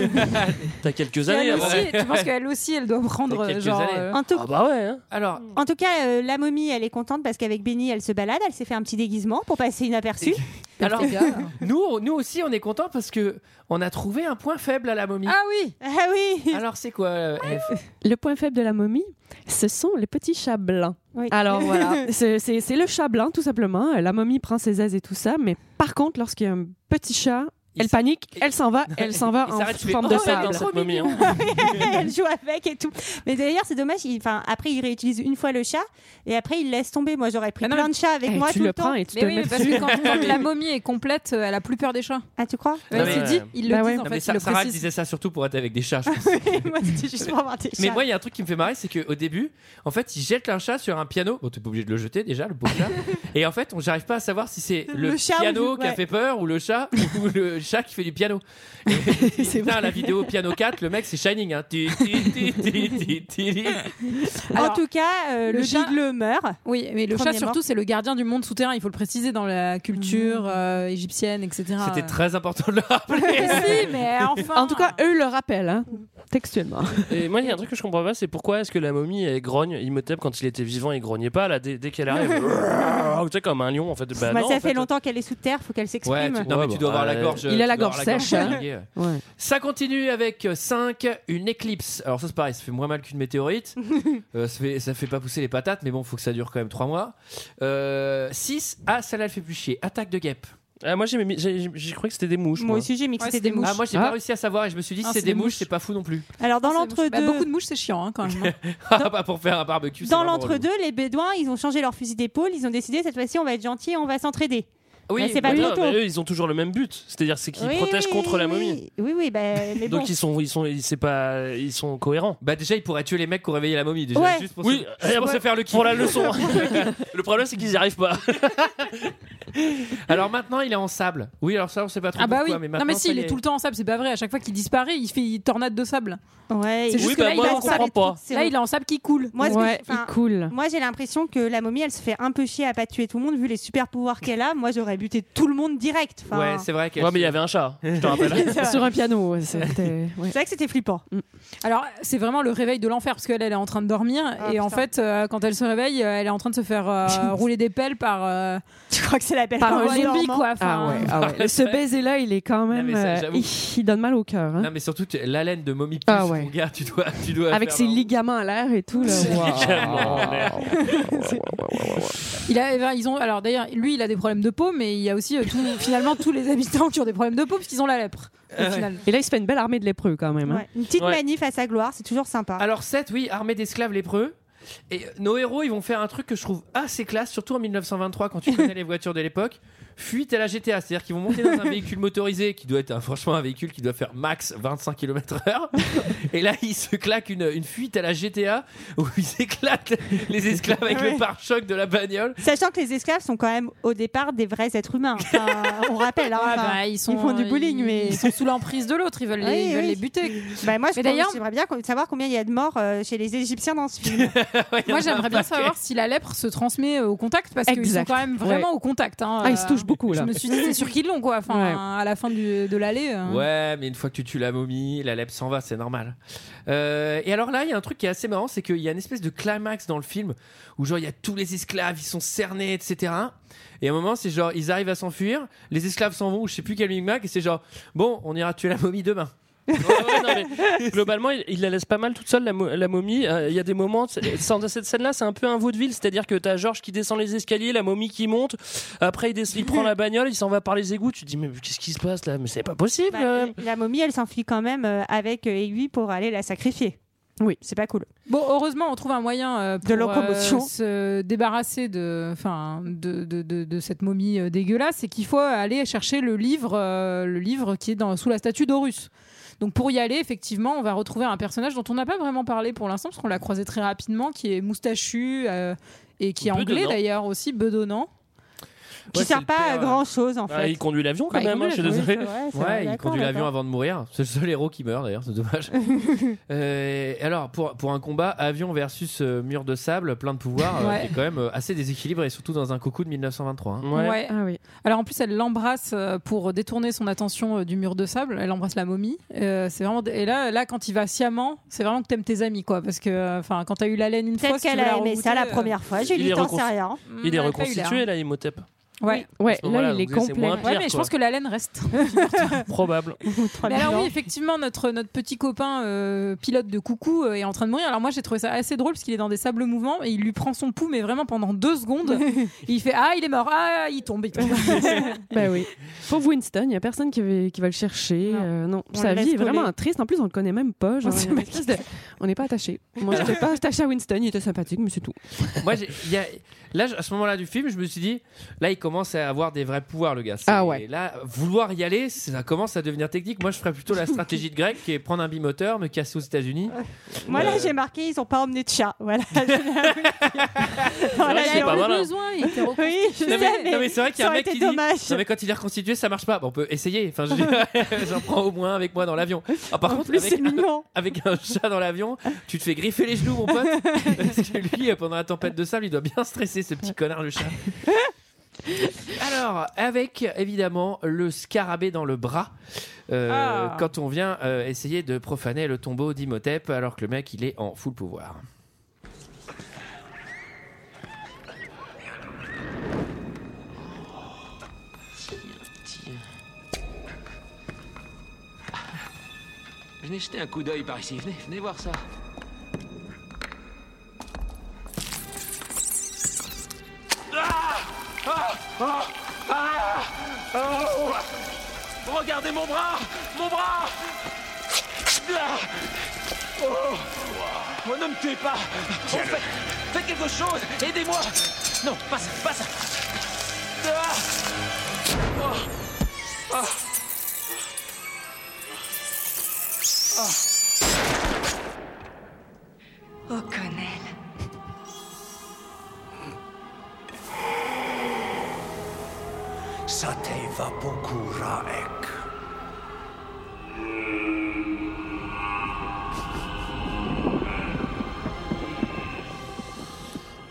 S3: T'as quelques
S11: Et
S3: années.
S11: elle
S3: avant.
S11: aussi, Tu penses qu'elle aussi, elle doit prendre
S1: Dans
S11: euh,
S1: quelques
S11: genre.
S1: années.
S11: euh,
S6: En tout,
S3: Ah bah ouais. hein.
S1: Alors
S6: en tout cas, euh, la momie, elle est contente parce qu'avec Benny, elle se balade. Elle s'est fait un petit déguisement pour passer inaperçue.
S1: alors
S11: les gars.
S1: [LAUGHS] nous on- nous aussi on est content parce que on a trouvé un point faible à la momie.
S11: Ah oui
S6: [LAUGHS] Ah oui [LAUGHS]
S1: Alors c'est quoi euh, F
S7: Le point faible de la momie, ce sont les petits chats blancs.
S6: Oui.
S7: Alors
S11: [LAUGHS]
S7: voilà, c'est Euh, c'est- c'est le chat blanc tout simplement. Euh, La momie prend ses aises et tout ça, mais par contre, lorsqu'il y a un petit chat,
S1: Il
S7: elle
S1: s-
S7: panique, elle s'en va, elle s'en va
S1: Il
S7: en
S1: s'arrête, tu fais,
S7: forme
S1: oh,
S7: de
S1: elle est
S7: sable.
S1: dans
S3: Cette momie, hein.
S6: elle joue avec et tout. Mais d'ailleurs, c'est dommage. il- Enfin, après, il réutilise une fois le chat et après, il laisse tomber. Moi, j'aurais pris
S11: Ah non,
S6: plein de chats avec
S7: Eh,
S6: moi
S7: tu
S6: tout
S7: le
S6: le
S7: prends
S6: temps.
S7: et tu te
S11: Mais
S7: le
S11: oui,
S7: mets
S11: mais parce
S7: dessus.
S11: que quand,
S3: [LAUGHS]
S11: quand la momie est complète, euh, elle a plus peur des chats.
S6: Ah, tu crois [LAUGHS]
S11: Ouais,
S1: mais-
S11: c'est
S3: euh,
S11: dit, ils le
S7: Bah
S11: disent
S7: ouais.
S11: en
S1: Non,
S11: fait.
S1: mais
S11: ils
S1: ça,
S11: le
S1: Sarah elle
S11: précisent.
S1: disait ça surtout pour être avec des chats. je pense.
S6: Moi, c'était juste pour avoir des
S1: Mais
S6: chats.
S1: moi, il y a un truc qui me fait marrer, c'est qu'au début, en fait, il jette un chat sur un piano. Bon, t'es pas obligé de le jeter déjà,
S6: [LAUGHS]
S1: le beau chat. Et en fait, on j'arrive pas à savoir si c'est le,
S6: Le chat ou
S1: piano
S6: le-
S1: qui a
S6: ouais.
S1: fait peur ou [LAUGHS] le chat ou le le chat qui fait du
S6: [LAUGHS]
S1: piano. Et- et- putain, la vidéo piano 4, le mec c'est Shining.
S6: [LAUGHS]
S1: Hein. Ti, ti, ti, ti, ti, ti, ti.
S6: en tout cas, euh, le,
S11: chat-
S6: digle meurt.
S11: Oui, mais le chat
S6: Premier
S11: surtout,
S6: mort.
S11: c'est le gardien du monde souterrain. Il faut le préciser dans la culture euh, égyptienne, etc.
S6: Ah.
S1: C'était très important de le rappeler.
S6: [LAUGHS]
S11: Mais si, mais enfin.
S7: En tout cas, eux le rappellent, hein, textuellement.
S3: Et moi, il y a un truc que je comprends pas, c'est pourquoi est-ce que la momie elle grogne Imhotep quand il était vivant, il grognait pas. Là, dès, dès qu'elle arrive,
S7: [LAUGHS]
S3: tu sais comme un lion en fait. Bah,
S6: Bah,
S3: non,
S6: ça
S3: en
S6: fait,
S3: fait,
S6: longtemps qu'elle est sous terre, faut qu'elle
S1: Ouais,
S6: s'exprime.
S1: tu, non, mais tu dois
S3: bah,
S1: avoir la gorge.
S7: Il
S1: tu
S7: a la
S1: dois
S7: gorge
S1: avoir
S7: sèche, hein.
S1: fatiguée, ouais.
S7: Ouais.
S1: Ça continue avec 5, une éclipse. Alors ça c'est pareil, ça fait moins mal qu'une météorite. Euh, ça, fait, ça fait pas pousser les patates, mais bon, faut que ça dure quand même 3 mois. 6, ah celle-là elle fait plus chier. Attaque de guêpe.
S3: Ah, moi, j'ai mis- j'ai- j'ai cru que c'était des mouches.
S6: Moi aussi, j'ai mixé
S11: Ouais, c'est
S6: des
S11: des
S6: mouches.
S1: Ah moi j'ai
S3: Ah.
S1: pas réussi à savoir et je me suis dit
S11: Ah,
S1: si c'est
S11: c'est
S1: des
S11: des
S1: mouches,
S11: mouches.
S1: c'est pas fou non plus. [LAUGHS]
S6: Alors, dans
S11: C'est mouche. Bah,
S6: l'entre-deux.
S11: beaucoup de mouches, c'est chiant hein, quand même. hein.
S1: Ah, bah, pour faire un barbecue. c'est
S6: Dans
S1: vraiment relou.
S6: l'entre-deux, les Bédouins, ils ont changé leur fusil d'épaule. Ils ont décidé cette fois-ci, on va être gentil, on va s'entraider.
S1: Oui,
S6: Bah, c'est pas
S3: mais
S6: le
S3: non,
S6: mouton.
S3: mais eux, ils ont toujours le même but, c'est-à-dire c'est qu'ils
S6: Oui,
S3: protègent
S6: oui,
S3: contre la
S6: oui,
S3: momie.
S6: oui. Oui, oui, bah, mais bon.
S3: Donc ils sont, ils sont, ils- c'est pas, ils sont cohérents.
S1: Bah déjà ils pourraient tuer les mecs qui ont réveillé la momie déjà
S6: Ouais.
S1: juste pour,
S3: Oui,
S1: se... [LAUGHS] juste pour
S3: euh,
S1: se faire le kiff.
S3: pour la
S1: [LAUGHS]
S3: leçon. le problème c'est qu'ils n'y arrivent pas.
S1: Alors maintenant il est en sable. Oui alors ça on sait pas trop
S11: Ah bah oui.
S1: pourquoi mais maintenant
S11: non mais si,
S1: ça
S11: il
S1: y
S11: est tout le temps en sable, c'est pas vrai. À chaque fois qu'il disparaît, il fait une tornade de sable.
S6: Ouais,
S11: C'est
S6: il-
S11: juste
S3: Oui,
S11: que
S3: bah,
S11: là, il
S3: moi,
S11: a
S3: on
S11: un
S3: comprend
S11: sable-
S3: pas.
S11: Là, il est en sable qui coule.
S6: Moi, ce que
S7: ouais,
S6: je- enfin,
S7: il
S11: [LAUGHS]
S7: coule.
S6: Moi, j'ai l'impression que la momie, elle se fait un peu chier à pas tuer tout le monde, vu les super pouvoirs qu'elle a. Moi, j'aurais buté tout le monde direct. Enfin,
S1: Ouais c'est vrai qu'elle.
S3: Ouais, mais il y avait un chat. Je
S1: [LAUGHS]
S3: te rappelle.
S7: Sur un piano, ouais,
S11: [LAUGHS]
S7: c'était. ouais.
S6: c'est vrai que c'était flippant. [LAUGHS]
S11: Alors, c'est vraiment le réveil de l'enfer parce qu'elle elle est en train de dormir et en
S6: putain.
S11: fait, euh, quand elle se réveille, euh, elle est en train de se faire [LAUGHS] euh, rouler des pelles par, euh,
S6: Tu crois que c'est la belle
S11: par
S7: un
S11: un
S6: parole
S11: zombie
S6: normand
S11: quoi. Enfin,
S7: Ah ouais, ah ouais. Le- Ce baiser-là, il est quand même.
S1: Non, mais ça,
S7: euh,
S1: j'avoue.
S7: il, il donne mal au cœur. hein.
S1: Non mais surtout tu- l'haleine de momie pousse
S7: Ah ouais.
S1: mon gars tu dois tu dois
S7: Avec
S1: faire
S7: ses
S1: un-
S7: ligaments à l'air et tout. Là.
S3: ligaments à l'air.
S11: il a, eh ben, ils ont, alors d'ailleurs, lui, il a des problèmes de peau, mais il y a aussi euh, tout- finalement tous les habitants qui ont des problèmes de peau parce qu'ils ont la lèpre.
S1: Euh,
S11: Au final.
S7: Et là, il se fait une belle armée de lépreux quand même. hein.
S6: Ouais, Une petite
S3: Ouais.
S6: manif à sa gloire, c'est toujours sympa.
S1: Alors 7, oui, armée d'esclaves lépreux. Et euh, nos héros, ils vont faire un truc que je trouve assez classe, surtout en 1923, quand tu connais les voitures de l'époque. Fuite à la GTA, c'est-à-dire qu'ils vont monter dans un véhicule motorisé qui doit être un- franchement un véhicule qui doit faire max 25 km/h. Et là, ils se claquent une, une fuite à la GTA où ils éclatent les esclaves avec le
S6: Ouais.
S1: pare-choc de la bagnole.
S6: Sachant que les esclaves sont quand même au départ des vrais êtres humains. Enfin, on rappelle. hein,
S11: Ah
S6: enfin,
S11: bah, ils, sont,
S6: font du bowling,
S11: ils-
S6: mais-
S11: ils sont sous l'emprise de l'autre. Ils veulent les,
S6: Oui,
S11: ils veulent
S6: oui.
S11: les buter.
S6: bah, moi, je
S11: Mais d'ailleurs-
S6: j'aimerais bien qu'on- savoir combien il y a de morts euh, chez les Égyptiens dans
S7: [LAUGHS]
S6: ce film.
S1: Ouais, il y en
S11: Moi,
S1: a un
S11: j'aimerais bien
S1: paquet.
S11: savoir si la lèpre se transmet euh, au contact parce qu'ils sont
S7: Exact.
S11: quand même vraiment au contact. hein.
S7: Ah, il se touche beaucoup
S11: Je
S7: là.
S11: me suis dit, c'est sûr qu'ils l'ont quoi. Enfin,
S7: Ouais.
S11: à la fin du- de l'allée. euh.
S1: Ouais, mais une fois que tu tues la momie, la lèpre s'en va, c'est normal. Euh, et alors là, il y a un truc qui est assez marrant, c'est qu'il y a une espèce de climax dans le film où genre il y a tous les esclaves, ils sont cernés, etc. Et à un moment, c'est genre ils arrivent à s'enfuir, les esclaves s'en vont, ou je sais plus quel micmac, et c'est genre bon, on ira tuer la momie demain.
S3: [LAUGHS] Ouais, ouais, non, mais globalement, il, il la laisse pas mal toute seule, la, mo- la momie. Euh, Il y a des moments, c'est- sans- cette scène-là, c'est un peu un vaudeville. C'est-à-dire que t'as Georges qui descend les escaliers, la momie qui monte. Après, il, des- il prend la bagnole, il s'en va par les égouts. Tu te dis, mais qu'est-ce qui se passe là Mais c'est pas possible.
S6: Bah,
S3: euh.
S6: la momie, elle s'enfuit quand même euh, avec euh, aiguille pour aller la sacrifier.
S7: Oui.
S6: c'est pas cool.
S11: Bon, heureusement, on trouve un moyen euh, pour,
S6: De locomotion.
S11: euh, se débarrasser de, enfin, de, de, de, de cette momie euh, dégueulasse. C'est qu'il faut aller chercher le livre, euh, le livre qui est dans, sous la statue d'Horus. Donc pour y aller, effectivement, on va retrouver un personnage dont on n'a pas vraiment parlé pour l'instant, parce qu'on l'a croisé très rapidement, qui est moustachu euh, et qui est anglais
S3: Bedonnant.
S11: d'ailleurs aussi, bedonnant.
S6: Qui
S1: Ouais, c'est
S6: sert
S1: le
S6: pas à
S1: père, euh,
S6: grand chose en fait.
S3: Ah, il conduit l'avion quand
S11: Bah, il
S3: même, hein, je suis
S11: conduit
S3: désolé.
S1: Ouais, il conduit l'avion avant de mourir. C'est le seul héros qui meurt d'ailleurs, c'est dommage. Euh, alors pour, pour un combat avion versus euh, mur de sable, plein de pouvoir, euh,
S11: Ouais.
S1: qui est quand même euh, assez déséquilibré, surtout dans un coucou de 1923. hein.
S3: Ouais.
S11: Ouais.
S7: Ah oui.
S11: Alors en plus, elle l'embrasse euh, pour détourner son attention euh, du mur de sable. Elle embrasse la momie. Euh, c'est vraiment et là, là quand il va sciemment, c'est vraiment que t'aimes tes amis quoi, parce que euh, enfin quand t'as eu la laine une fois,
S6: Peut-être
S11: si tu
S6: qu'elle
S11: veux la
S6: a aimé ça
S11: regoûter,
S6: la
S11: euh,
S6: première fois,
S3: il est
S6: Julie, t'en sais
S3: recon-
S6: rien. hein.
S11: hmm,
S3: Il est
S11: elle a pas eu
S3: reconstitué
S11: l'air.
S3: là, Imhotep.
S11: Ouais.
S7: Ouais,
S3: À ce moment-là,
S7: là, il est
S3: donc c'est
S7: complet.
S3: moins
S11: Ouais,
S3: Pire,
S11: mais je
S3: quoi.
S1: [LAUGHS]
S11: pense que [LAUGHS] la laine
S6: [LAUGHS]
S11: reste.
S3: Probable.
S11: Mais alors oui, effectivement, notre, notre petit copain euh, pilote de coucou euh, est en train de mourir. Alors moi, j'ai trouvé ça assez drôle parce qu'il est dans des sables mouvants et il lui prend son pouls, mais vraiment pendant
S6: [LAUGHS]
S11: deux secondes. Et il fait ah il est mort, ah il tombe, il tombe. [LAUGHS]
S7: Ben oui. Pour Winston, il n'y a personne qui va, qui va le chercher.
S6: Non.
S7: Euh, non.
S6: On
S7: sa
S6: le laisse
S7: vie est
S6: coller.
S7: vraiment triste. En plus, on le connaît même pas. Genre,
S6: On sait
S7: il y a une
S6: pas
S7: espèce de- on n'est pas attaché. Moi, je pas attaché à Winston. Il était sympathique, mais c'est tout.
S1: Moi, j'ai- il y a- là, je- à ce moment-là du film, je me suis dit, là, il commence à avoir des vrais pouvoirs, le gars. C'est-
S7: Ah ouais.
S1: Là, vouloir y aller, ça commence à devenir technique. Moi, je ferais plutôt la stratégie de Greg, qui est prendre un bimoteur, me casser aux États-Unis.
S6: Moi là,
S1: Euh, [LAUGHS]
S6: j'ai marqué, ils ont pas emmené de chat. Voilà. [LAUGHS]
S3: C'est vrai que c'est pas hein.
S1: malin.
S11: besoin, il était
S6: Oui, je
S1: Non
S6: sais,
S1: mais, non, mais c'est vrai qu'il y a un
S6: ça aurait
S1: mec
S6: été
S1: qui dit
S6: dommage.
S1: Non mais quand il est reconstitué ça marche pas. Bon, on peut essayer. Enfin, je veux dire, [LAUGHS] j'en prends au moins avec moi dans l'avion. Ah, par contre, avec,
S6: mignon.
S1: avec un [LAUGHS] chat dans l'avion, tu te fais griffer les genoux, mon
S7: [LAUGHS]
S1: pote. Parce que lui, euh, pendant la tempête de sable, il doit bien stresser ce petit connard
S7: [LAUGHS]
S1: le chat. Alors, avec évidemment le scarabée dans le bras, euh,
S12: Ah.
S1: quand on vient euh, essayer de profaner le tombeau d'Imhotep, alors que le mec il est en full pouvoir.
S15: Venez jeter un coup d'œil par ici, venez, venez voir ça.
S4: Ah, oh. Regardez mon bras Mon bras Ah oh. Oh, Ne me tuez pas Oh, faites, faites quelque chose Aidez-moi Non, passe, passe Ah Oh. Ah.
S13: O'Connell.
S9: Ça te va beaucoup, Raek.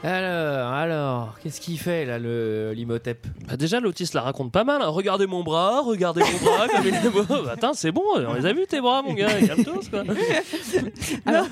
S1: Alors, alors, qu'est-ce qu'il fait là, le l'imhotep
S3: Bah déjà, l'autisme la raconte pas mal. hein. Regardez mon bras, regardez mon bras. comme il est beau. [LAUGHS] Bah, attends, c'est bon, on les a vus tes bras, mon gars. Calme-toi, quoi.
S7: Alors,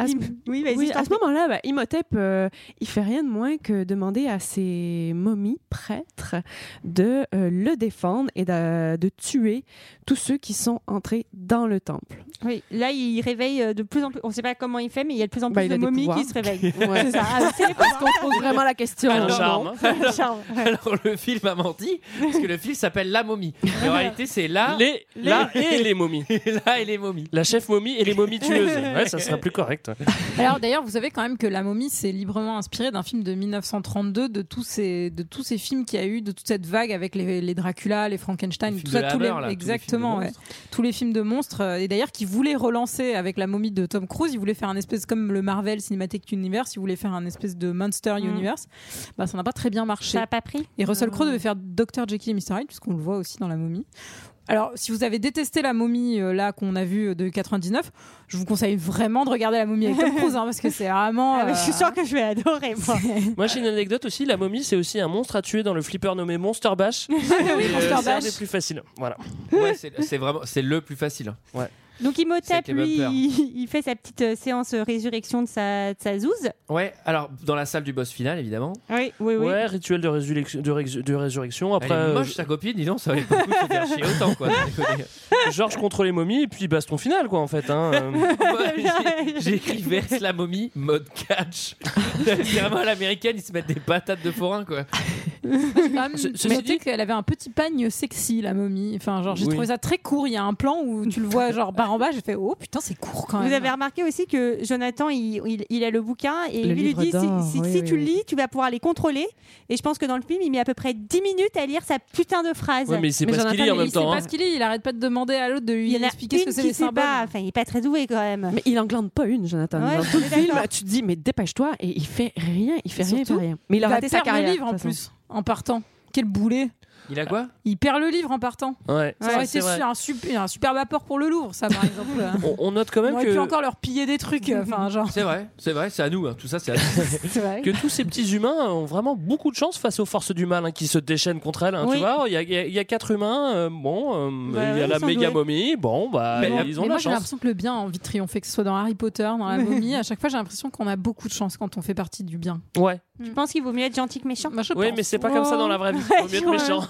S7: à ce,
S6: oui,
S7: oui, à ce moment-là, bah, Imhotep, euh, il fait rien de moins que demander à ses momies prêtres de euh, le défendre et de, de tuer tous ceux qui sont entrés dans le temple.
S6: [LAUGHS] Oui, là, il réveille euh, de plus en plus. On ne sait pas comment il fait, mais il y a de plus en plus
S7: Bah, il
S6: de
S7: a des
S6: momies
S7: pouvoirs.
S6: qui
S7: [LAUGHS]
S6: se réveillent.
S7: Ouais.
S6: C'est ça. Ah, c'est les
S7: Est-ce
S6: pouvoirs.
S7: qu'on se pose vraiment la question
S1: Alors,
S7: Ah, non
S1: charme, hein.
S6: Le charme, ouais.
S1: [LAUGHS] Alors le film a menti, parce que le film s'appelle La momie. Mais en réalité, c'est là.
S3: Les, là et les
S1: [LAUGHS]
S3: momies.
S1: là et les momies.
S3: La chef momie et les momies
S1: [LAUGHS]
S3: tueuses. Ouais, ça serait plus correct.
S11: Alors d'ailleurs, vous savez quand même que La Momie s'est librement inspirée d'un film de 1932, de tous ces, de tous ces films qu'il y a eu, de toute cette vague avec les, les Dracula, les Frankenstein,
S6: Les
S11: tout
S6: films
S11: ça,
S6: de
S11: tous
S6: Hammer, là, tous les
S11: exactement,
S6: films de
S11: ouais. tous les films de monstres. euh, Et d'ailleurs, qui voulait relancer avec La Momie de Tom Cruise, il voulait faire un espèce comme le Marvel Cinematic Universe, il voulait faire un espèce de Monster Universe. Bah Mm. ça n'a pas très bien marché.
S6: Ça n'a pas pris.
S11: Et Russell Crowe devait faire Dr. Jekyll et Mr. Hyde, puisqu'on le voit aussi dans La Momie. Alors, si vous avez détesté La Momie, euh, là, qu'on a vu euh, de 99, je vous conseille vraiment de regarder La Momie avec Tom Cruise, hein, parce que c'est [LAUGHS] vraiment...
S6: Ah, mais je suis
S11: euh,
S6: sûre que je vais adorer, moi.
S3: Moi, j'ai une anecdote aussi. La momie, c'est aussi un monstre à tuer dans le flipper nommé Monster Bash. oui,
S11: euh,
S6: Monster
S3: C'est un
S6: Bash.
S3: des plus faciles. Voilà.
S1: Ouais, c'est c'est vraiment c'est le plus facile. hein.
S3: Ouais.
S6: [LAUGHS] Donc Imhotep,
S1: Avec les
S6: lui,
S1: bumpers.
S6: il, il fait sa petite euh, séance euh, résurrection de sa, de sa zouze.
S1: Ouais. Alors dans la salle du boss final, évidemment.
S6: Oui, oui, oui.
S3: Ouais, rituel de, résurrection- de, résu- de résurrection. Après,
S1: Elle est
S3: euh,
S1: moche sa copine, dis donc, ça valait pas le coup de se faire chier
S3: [LAUGHS]
S1: autant quoi.
S3: Georges contre les momies et puis baston final quoi en fait. hein.
S1: [LAUGHS]
S3: Euh,
S1: Moi, j'ai- J'ai écrit verse la momie mode catch. [LAUGHS] C'est vraiment à l'américaine, ils se mettent des patates de forain quoi.
S11: J'ai quand même
S1: Ce- ceci
S11: noté qu'elle avait un petit pagne sexy, La Momie. Enfin, genre, j'ai
S1: Oui.
S11: trouvé ça très court. Il y a un plan où tu le vois, genre, barre en bas, j'ai fait « Oh, putain, c'est court quand même !»
S6: Vous avez remarqué aussi que Jonathan, il, il- il a le bouquin et
S11: Le
S6: lui, lui
S11: livre
S6: dit si,
S11: d'or,
S6: si-
S11: oui,
S6: si
S11: oui,
S6: tu le
S11: oui.
S6: lis, tu vas pouvoir les contrôler. Et je pense que dans le film, il met à peu près 10 minutes à lire sa putain de phrase.
S3: Ouais, mais il sait Mais pas ce Jonathan, qu'il lit en mais même il temps, sait pas hein. ce
S11: qu'il lit, il arrête pas de demander à l'autre de lui expliquer ce que c'est les symboles.
S6: Pas. Enfin, il est pas très doué quand même.
S7: Mais il en glande pas une, Jonathan.
S6: Ouais,
S7: Dans tout le
S6: je suis
S7: film,
S6: d'accord.
S7: tu te dis, mais dépêche-toi, et il fait rien, il fait rien, il fait
S11: Surtout,
S7: rien. Mais il a
S11: va
S7: raté sa
S11: perdre
S7: carrière.
S11: le livre,
S7: de
S11: en
S7: toute
S11: plus, en partant. Quel boulet
S1: Il a quoi
S11: Il perd le livre en partant.
S3: Ouais.
S11: Ça aurait été su- un, super, un superbe apport pour le Louvre, ça, par
S3: [LAUGHS]
S11: exemple.
S3: on, on note quand
S11: On
S3: même
S11: aurait
S3: que
S11: pu encore leur piller
S3: [LAUGHS]
S11: des trucs. euh, Enfin, genre.
S1: C'est vrai, c'est vrai, c'est à nous. hein. Tout ça, c'est à nous.
S3: que tous ces petits humains ont vraiment beaucoup de chance face aux forces du mal hein, qui se déchaînent contre elles. hein,
S11: Oui.
S3: Tu
S6: Bah
S3: vois, il y, a- il y a- il y a quatre humains. euh, bon, euh, il
S11: Bah
S3: y
S11: ouais,
S3: a
S11: ils
S3: la
S11: sont
S3: méga
S11: doués.
S3: momie. Bon, bah
S11: Mais euh,
S3: ils
S11: mais
S3: ont de la
S11: moi, j'ai
S3: chance.
S11: l'impression que le bien a envie de triompher, que ce soit dans Harry Potter, dans La Momie. À chaque fois, j'ai l'impression qu'on a beaucoup de chance quand on fait partie du bien. Ah,
S3: Ouais.
S6: Je pense qu'il vaut mieux être gentil que méchant.
S3: Oui, mais c'est pas comme ça dans la vraie vie. Vaut mieux être méchant.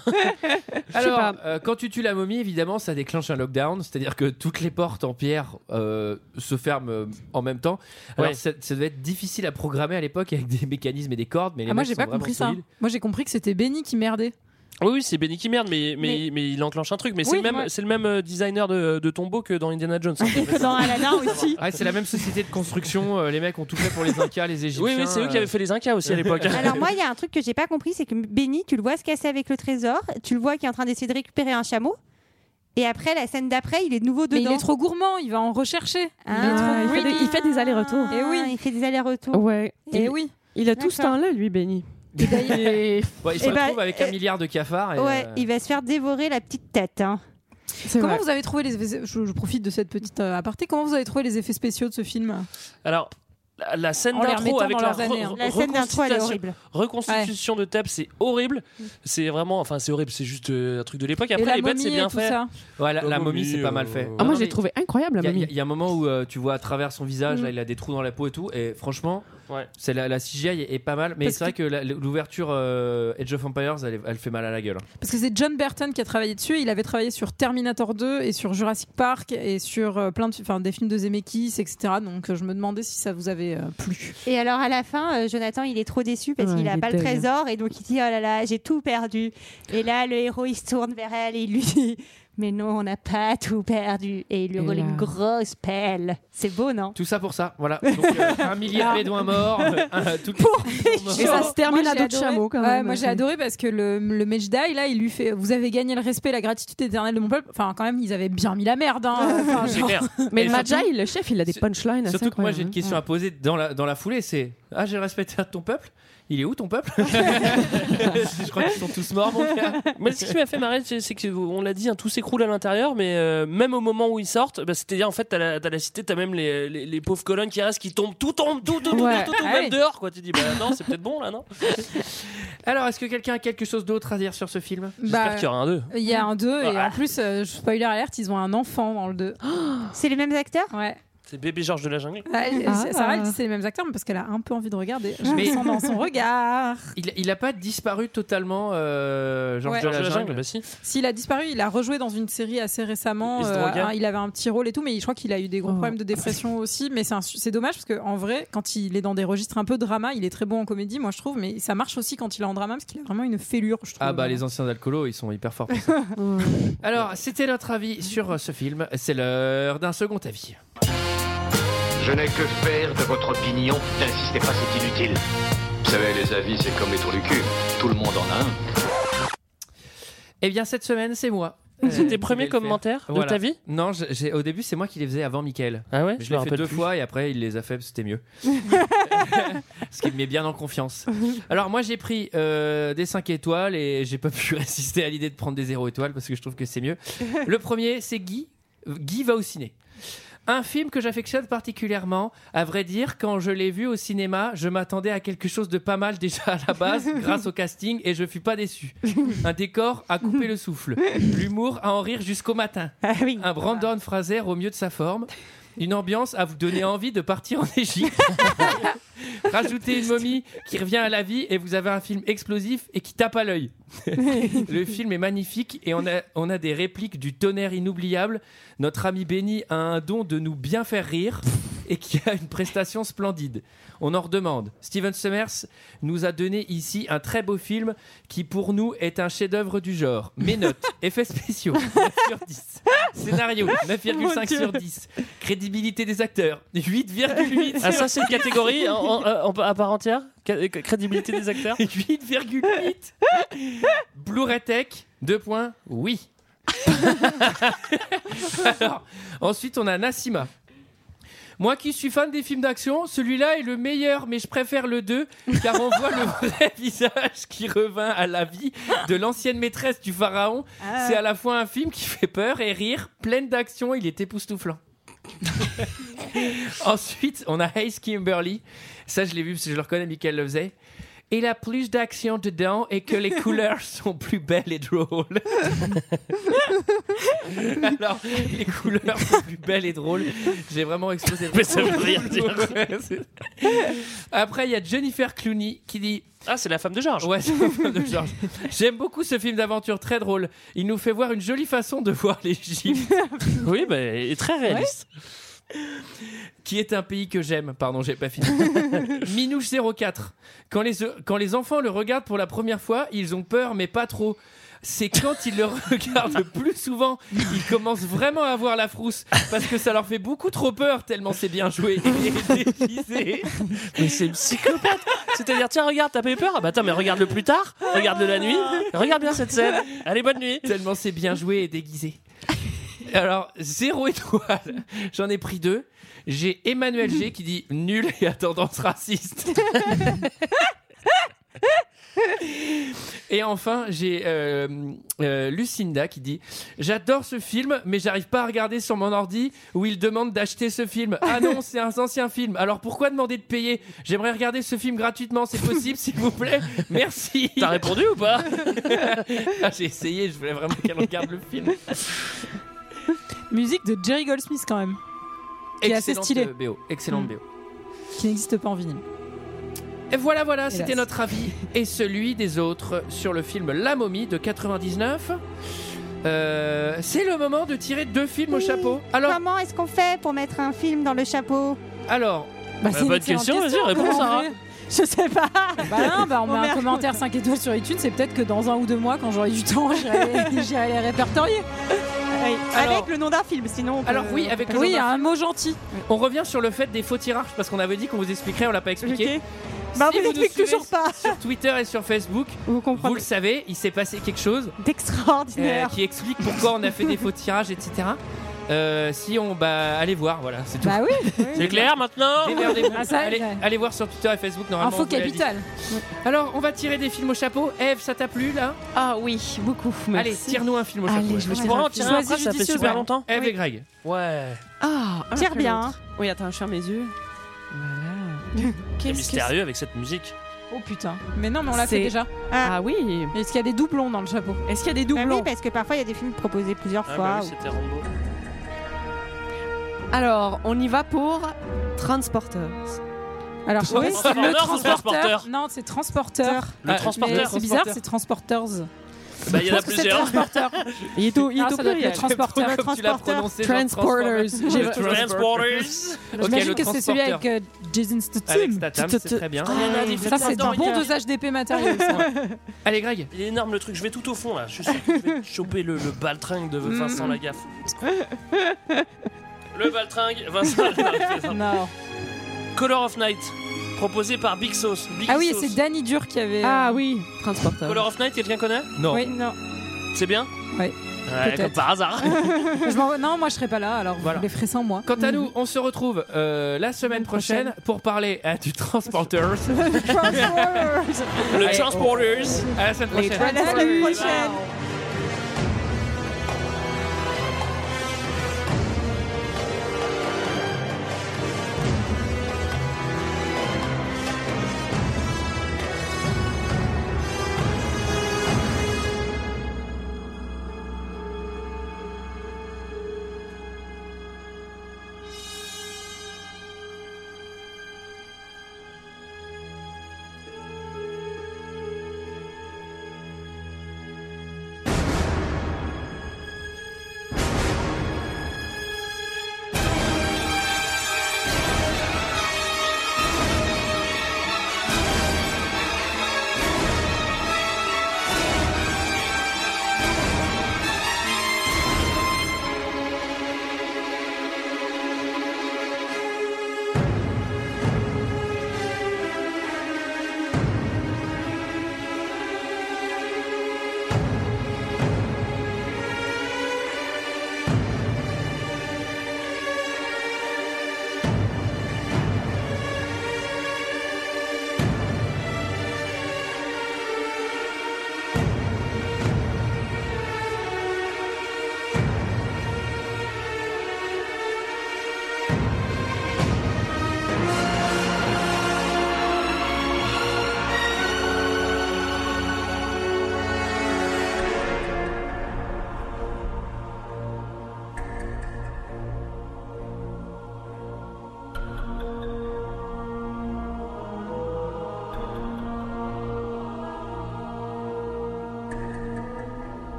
S1: Alors, euh, quand tu tues la momie, évidemment, ça déclenche un lockdown, c'est-à-dire que toutes les portes en pierre euh, se ferment euh, en même temps. Alors,
S3: Ouais.
S1: ça, ça devait être difficile à programmer à l'époque avec des mécanismes et des cordes, mais les
S11: Ah, moi,
S1: mecs
S11: j'ai
S1: sont
S11: pas
S1: vraiment
S11: compris ça.
S1: solides.
S11: Moi, j'ai compris que c'était Benny qui merdait.
S3: Oui, oui, c'est Benny qui merde, mais, mais,
S11: Mais-
S3: mais il enclenche un truc. Mais
S11: Oui,
S3: c'est le même,
S11: ouais.
S3: c'est le même euh, designer de, de tombeau que dans Indiana Jones. hein. en
S7: [LAUGHS]
S3: fait.
S6: Dans
S11: [LAUGHS]
S6: Aladdin aussi.
S1: Ouais, c'est la même société de construction, euh, les mecs ont tout fait pour les Incas, les Égyptiens.
S3: oui, oui, c'est eux qui avaient fait les Incas aussi à l'époque.
S6: Alors moi, il y a un truc que j'ai pas compris, c'est que Benny, tu le vois se casser avec le trésor, tu le vois qui est en train d'essayer de récupérer un chameau, et après la scène d'après, il est de nouveau dedans.
S11: Mais il est trop gourmand, il va en rechercher.
S6: Ah,
S11: il est trop
S7: il fait
S11: greedy.
S7: des- il fait des allers-retours.
S11: Et Eh oui.
S6: Il fait des allers-retours.
S7: façon. [LAUGHS] Ouais.
S11: Et
S7: Il-
S11: Eh oui. ben,
S7: Il a tout ce
S6: D'accord.
S7: temps-là, lui, Benny.
S6: Et d'ailleurs-
S1: Ouais, il se
S6: Eh ben,
S1: retrouve avec un
S6: euh,
S1: milliard de cafards. Et,
S6: ouais,
S1: euh,
S6: il va se faire dévorer la petite tête. hein.
S11: Comment vous avez trouvé les effets je, je profite de cette petite euh, aparté. Comment vous avez trouvé les effets spéciaux de ce film
S3: [LAUGHS] Alors, la, la scène
S11: En les
S3: d'intro
S11: remettant
S3: avec
S11: dans
S3: la,
S11: leurs années, hein.
S3: re-
S11: La scène d'intro, elle est
S3: reconstitution-
S11: horrible. Mm.
S3: Reconstitution de Thèbes, c'est horrible. C'est vraiment, enfin, c'est horrible. C'est juste euh, un truc de l'époque.
S11: Et
S3: Après,
S11: la
S3: les bêtes, c'est
S11: momie et
S3: bien
S11: tout
S3: fait.
S11: ça.
S1: Ouais, la,
S3: La
S1: la momie,
S3: momie,
S1: c'est pas mal
S3: euh,
S1: fait.
S7: Ah, moi, je l'ai trouvé incroyable, la
S1: Il y a-
S7: momie.
S1: il y, a un moment où euh, tu vois à travers son visage,
S7: Mhm.
S1: là, il a des trous dans la peau et tout. Et franchement,
S3: Ouais.
S1: c'est la, la CGI est, est pas mal. Mais
S11: Parce
S1: c'est vrai que la- l'ouverture euh, Edge of Empires, elle, est- elle fait mal à la gueule.
S11: Parce que c'est John Burton qui a travaillé dessus. Il avait travaillé sur Terminator 2 et sur Jurassic Park et sur euh, plein de, enfin, des films de Zemeckis, etc. Donc euh, je me demandais si ça vous avait euh, plu.
S6: Et alors à la fin, euh, Jonathan, il est trop déçu parce
S11: Ouais,
S6: qu'il
S11: il
S6: n'a
S11: est
S6: pas
S11: dingue.
S6: le trésor et donc il dit oh là là, j'ai tout perdu. Et là, le héros il se tourne vers elle et il lui dit mais non, on n'a pas tout perdu. Et il lui roule une grosse pelle. C'est beau, non
S1: Tout ça pour ça, voilà. Donc, euh, un millier de bédouins morts, euh, un- toutes les populations mortes.
S11: Et ça
S7: se termine à
S11: j'ai
S7: dos de
S11: adoré.
S7: chameau, quand
S11: Ouais,
S7: même.
S11: moi j'ai adoré parce que le, le Mage Die, là, il lui fait Vous avez gagné le respect, la gratitude éternelle de mon peuple. Enfin, quand même, ils avaient bien mis la merde. hein. Enfin,
S1: [LAUGHS] C'est
S11: genre-
S1: clair.
S7: Mais
S1: Et
S7: le
S1: surtout-
S7: Magi, le chef, il a des punchlines. assez
S1: Surtout que moi
S7: incroyables,
S1: j'ai une
S7: hein.
S1: question à poser dans la, dans la foulée, c'est Ah j'ai le respect de ton peuple Il est où ton peuple [LAUGHS] Je crois qu'ils sont tous morts mon gars.
S3: Mais ce qui m'a fait marrer, c'est c'est que on l'a dit, hein, tout s'écroule à l'intérieur, mais euh, même au moment où ils sortent, bah, c'est-à-dire en fait, t'as la, t'as la cité, t'as même les, les, les pauvres colonnes qui restent, qui tombent, tout tombe, tout, tout, tout,
S1: Ouais.
S3: tout, tout,
S1: Ah
S3: même
S1: oui.
S3: dehors, quoi. Tu dis, bah non, c'est peut-être bon là, non
S1: Alors est-ce que quelqu'un a quelque chose d'autre à dire sur ce film
S7: hein.
S11: Bah,
S3: J'espère qu'il y aura un 2.
S11: Il y a un 2 et
S3: Voilà.
S11: en plus, euh, spoiler alerte, ils ont un enfant dans le 2.
S6: C'est les mêmes acteurs
S11: Ouais.
S3: C'est bébé Georges de la [LAUGHS] jungle.
S11: Ah, elle-
S3: Ah.
S11: Sarah, elle dit c'est les mêmes acteurs mais parce qu'elle a un peu envie de regarder. Je
S1: Mais-
S11: le sens dans son regard.
S1: Il, il a pas disparu totalement euh, Georges
S11: Ouais.
S1: de la
S11: Georges de la
S1: jungle,
S11: jungle, [LAUGHS] S'il a disparu, il a rejoué dans une série assez récemment.
S1: Il se
S11: euh,
S1: droguait.
S11: hein, il avait un petit rôle et tout, mais je crois qu'il a eu des gros
S7: Oh.
S11: problèmes de dépression aussi. Mais c'est un su- c'est dommage parce qu'en vrai, quand il est dans des registres un peu drama, il est très bon en comédie, moi je trouve. Mais ça marche aussi quand il est en drama parce qu'il a vraiment une fêlure, je trouve.
S1: Ah bah les anciens alcoolos ils sont hyper forts pour ça. [LAUGHS] Alors c'était notre avis sur euh, ce film, c'est l'heure d'un second avis.
S16: Je n'ai que faire de votre opinion. N'insistez pas, c'est inutile.
S8: Vous savez, les avis, c'est comme les trous du cul. Tout le monde en a un.
S1: Eh bien cette semaine
S3: [LAUGHS]
S1: c'est moi.
S3: C'est
S1: Euh,
S3: tes
S1: qui
S3: premiers
S1: vais le faire.
S3: commentaires de
S1: Voilà.
S3: ta vie
S1: Non, je- j'ai- au début c'est moi qui les faisais avant Mickaël.
S3: Ah ouais
S1: Je,
S3: Je me
S1: l'ai fait
S3: rappelle
S1: deux
S3: plus.
S1: fois et après il les a fait, c'était mieux. Ce qui me met bien en confiance. Alors moi j'ai pris euh, des 5 étoiles et j'ai pas [LAUGHS] pu résister à l'idée de prendre des 0 étoiles parce que je trouve que c'est mieux. Le premier c'est Guy. Guy va au ciné. Un film que j'affectionne particulièrement. À vrai dire, quand je l'ai vu au cinéma, je m'attendais à quelque chose de pas mal déjà à la base, grâce au casting, et je fus pas déçu. Un décor à couper le souffle, l'humour à en rire jusqu'au matin, un Brandon Fraser au mieux de sa forme, une ambiance à vous donner envie de partir en Égypte. Rajoutez une momie qui revient à la vie et vous avez un film explosif et qui tape à l'œil. Le film est magnifique et on a, on a des répliques du tonnerre inoubliable. Notre ami Benny a un don de nous bien faire rire et qui a une prestation splendide. On en redemande. Steven Summers nous a donné ici un très beau film qui pour nous est un chef-d'œuvre du genre. Mes notes, effets spéciaux, 9 sur 10. Scénario,
S3: Mon
S1: 9,5
S3: Dieu.
S1: sur 10. Crédibilité des acteurs, [LAUGHS] 8,8.
S3: Ah, ça, c'est une catégorie en- en- euh, en- à part entière Ca- euh, Crédibilité des
S1: [LAUGHS]
S3: acteurs
S1: 8,8 Blu-ray Tech, 2 points, oui. Alors, ensuite, on a Nassima. Moi qui suis fan des films d'action, celui-là est le meilleur, mais je préfère le 2 car on voit le vrai [LAUGHS] visage qui revint à la vie de l'ancienne maîtresse du pharaon.
S3: Ah.
S1: C'est à la fois un film qui fait peur et rire, plein d'action, il est époustouflant. Ensuite, on a Hayes Kimberly. Ça, je l'ai vu parce que je le reconnais, Michael le faisait. Il a plus d'action dedans et que les couleurs sont plus belles et drôles. Alors, les couleurs sont plus belles et drôles. J'ai vraiment explosé.
S3: Mais ça veut rien dire.
S1: Ouais, c'est- Après, il y a Jennifer Clooney qui dit
S3: Ah, c'est la femme de Georges.
S1: Ouais, c'est la femme de Georges. J'aime beaucoup ce film d'aventure très drôle. Il nous fait voir une jolie façon de voir l'Égypte.
S3: [LAUGHS] Oui, bah, et très réaliste.
S1: Qui est un pays que j'aime. Pardon, j'ai pas fini. Minouche 04. Quand les, quand les enfants le regardent pour la première fois, ils ont peur, mais pas trop. C'est quand ils le [LAUGHS] regardent le plus souvent, ils commencent vraiment à avoir la frousse parce que ça leur fait beaucoup trop peur tellement c'est bien joué et déguisé.
S3: Mais c'est psychopathe. C'est-à-dire, tiens, regarde, t'as pas eu peur Ah bah attends, mais regarde-le plus tard, regarde-le la nuit, regarde bien cette scène. Allez, bonne nuit.
S1: Tellement c'est bien joué et déguisé. Alors, zéro étoile. J'en ai pris deux. J'ai Emmanuel G qui dit nul et à tendance raciste. Et enfin, j'ai euh, euh, Lucinda qui dit J'adore ce film, mais j'arrive pas à regarder sur mon ordi où il demande d'acheter ce film. Ah non, c'est un ancien film. Alors pourquoi demander de payer J'aimerais regarder ce film gratuitement, c'est possible, s'il vous plaît Merci.
S3: T'as répondu ou pas
S1: [LAUGHS] Ah, J'ai essayé, je voulais vraiment qu'elle regarde le film.
S11: Musique de Jerry Goldsmith quand même. Qui est assez
S1: Excellente,
S11: stylé. Mm.
S1: euh, BO. Excellente BO.
S11: Qui n'existe pas en vinyle.
S1: Et voilà, voilà, c'était
S11: Hélas.
S1: notre
S11: [LAUGHS]
S1: avis et celui des autres sur le film La momie de 99. Euh, c'est le moment de tirer deux films au chapeau. Alors,
S6: Comment est-ce qu'on fait pour mettre un film dans le chapeau
S1: alors
S3: Bah, c'est une bonne excellente question, question. vas-y, hein. réponds,
S11: Comment
S3: Sarah.
S11: on fait Je sais pas. Bah non, bah on
S6: On
S11: met
S6: met
S11: un
S6: un-
S11: commentaire 5 étoiles sur iTunes. C'est peut-être que dans un ou deux mois, quand j'aurai du temps, j'irai j'irai les répertorier.
S1: Alors-
S6: Avec le nom d'un film, sinon. on peut-
S1: Alors oui, avec le
S11: Oui,
S1: nom
S11: il y a
S1: d'un
S11: un mot gentil.
S1: on revient sur le fait des faux tirages parce qu'on avait dit qu'on vous expliquerait, on l'a pas
S6: hein,
S1: expliqué.
S6: Bah, on
S1: Si
S6: vous
S1: nous
S6: explique
S1: suivez
S6: toujours pas.
S1: Sur Twitter et sur Facebook,
S6: vous,
S1: le savez, il s'est passé quelque chose euh,
S6: D'extraordinaire.
S1: qui explique pourquoi on a
S11: [LAUGHS]
S1: fait des faux tirages, etc. Euh, si on, bah, allez voir, voilà, c'est tout.
S11: Bah oui.
S3: C'est clair maintenant
S1: Démerdez-vous.
S11: Ah, ça,
S1: allez,
S11: ouais.
S1: allez voir sur Twitter et Facebook normalement.
S11: Info
S1: on vous l'a dit.
S11: capitale.
S1: Alors, on va tirer des films au chapeau. Eve, ça t'a plu là
S7: Ah oui, beaucoup.
S1: Allez,
S7: Merci.
S1: tire-nous un film au chapeau.
S7: Allez,
S1: Eve.
S7: je vais
S3: Tu
S7: tirer
S3: pourras
S7: un
S3: en
S7: film.
S3: tirer un après, ça fait
S7: Choisis
S3: super
S7: judicieusement.
S3: longtemps
S1: Eve et Greg.
S3: Ouais.
S7: Ah, un
S6: Tire
S7: après
S6: bien. Bah
S7: l'autre. Oui, attends, je ferme mes yeux. Voilà. Qu'est-ce
S3: C'est
S7: que
S3: mystérieux avec cette musique.
S11: Oh putain. Mais non, mais on l'a fait
S7: C'est-
S11: déjà.
S7: Ah oui.
S11: Est-ce qu'il y a des doublons dans le chapeau
S7: Est-ce qu'il y a des
S6: Bah
S7: doublons
S6: oui, parce que parfois il y a des films proposés plusieurs
S3: Ah
S6: fois.
S3: bah oui, c'était Rambo.
S7: Alors, on y va pour Transporters.
S11: Alors,
S7: Oui.
S11: c'est
S3: Transporteur
S11: le
S3: ou
S11: transporteur.
S3: transporteur
S11: Non, c'est transporteur.
S3: Le
S1: Ah,
S11: Mais
S3: transporteur.
S11: C'est bizarre, c'est transporters.
S3: Bah, il y en a
S11: Parce que c'est
S3: plusieurs.
S11: transporteur.
S7: Il est au, il est
S11: Ah,
S7: au
S11: ça doit être le
S7: pluriel.
S11: transporteur.
S1: Comme tu l'as
S6: transporteur.
S1: prononcé, genre
S7: Transporters.
S1: transporteur.
S7: J'ai-
S1: Le
S3: Transporters.
S1: Ok,
S11: J'imagine
S1: le
S11: que c'est celui
S1: transporteur.
S11: avec euh, Jason
S1: Alex
S11: Statham.
S1: Tatam,
S7: Tout-
S1: c'est
S7: tout-
S1: très bien.
S3: Ah,
S11: Ça, c'est un bon dosage d'épée matériel. ça.
S1: Allez, Greg.
S7: Euh,
S3: Il est énorme le truc, je vais tout au fond là. Je suis sûr que je [LAUGHS] vais choper le, le baltringue de Vincent Lagaffe. Le baltringue, Vincent Lagaffe.
S11: Non.
S3: Color of Night, proposé par Big Sauce. Big
S11: Ah oui,
S3: Sauce.
S11: c'est Danny Dur qui avait. euh,
S7: Ah oui, Transporters.
S3: Color of Night, quelqu'un connaît
S1: Non.
S11: Oui, non.
S3: C'est bien
S11: Ouais.
S3: Ouais,
S11: Peut-être.
S3: comme par hasard.
S11: Je m'en- non, moi je serais pas là, alors
S1: Voilà.
S11: vous les ferez
S1: [LAUGHS]
S11: sans moi.
S1: Quant à nous, on se retrouve euh, la semaine prochaine, pour parler euh, du Transporters.
S3: Le Transporters.
S1: à la semaine prochaine.
S6: À la semaine prochaine.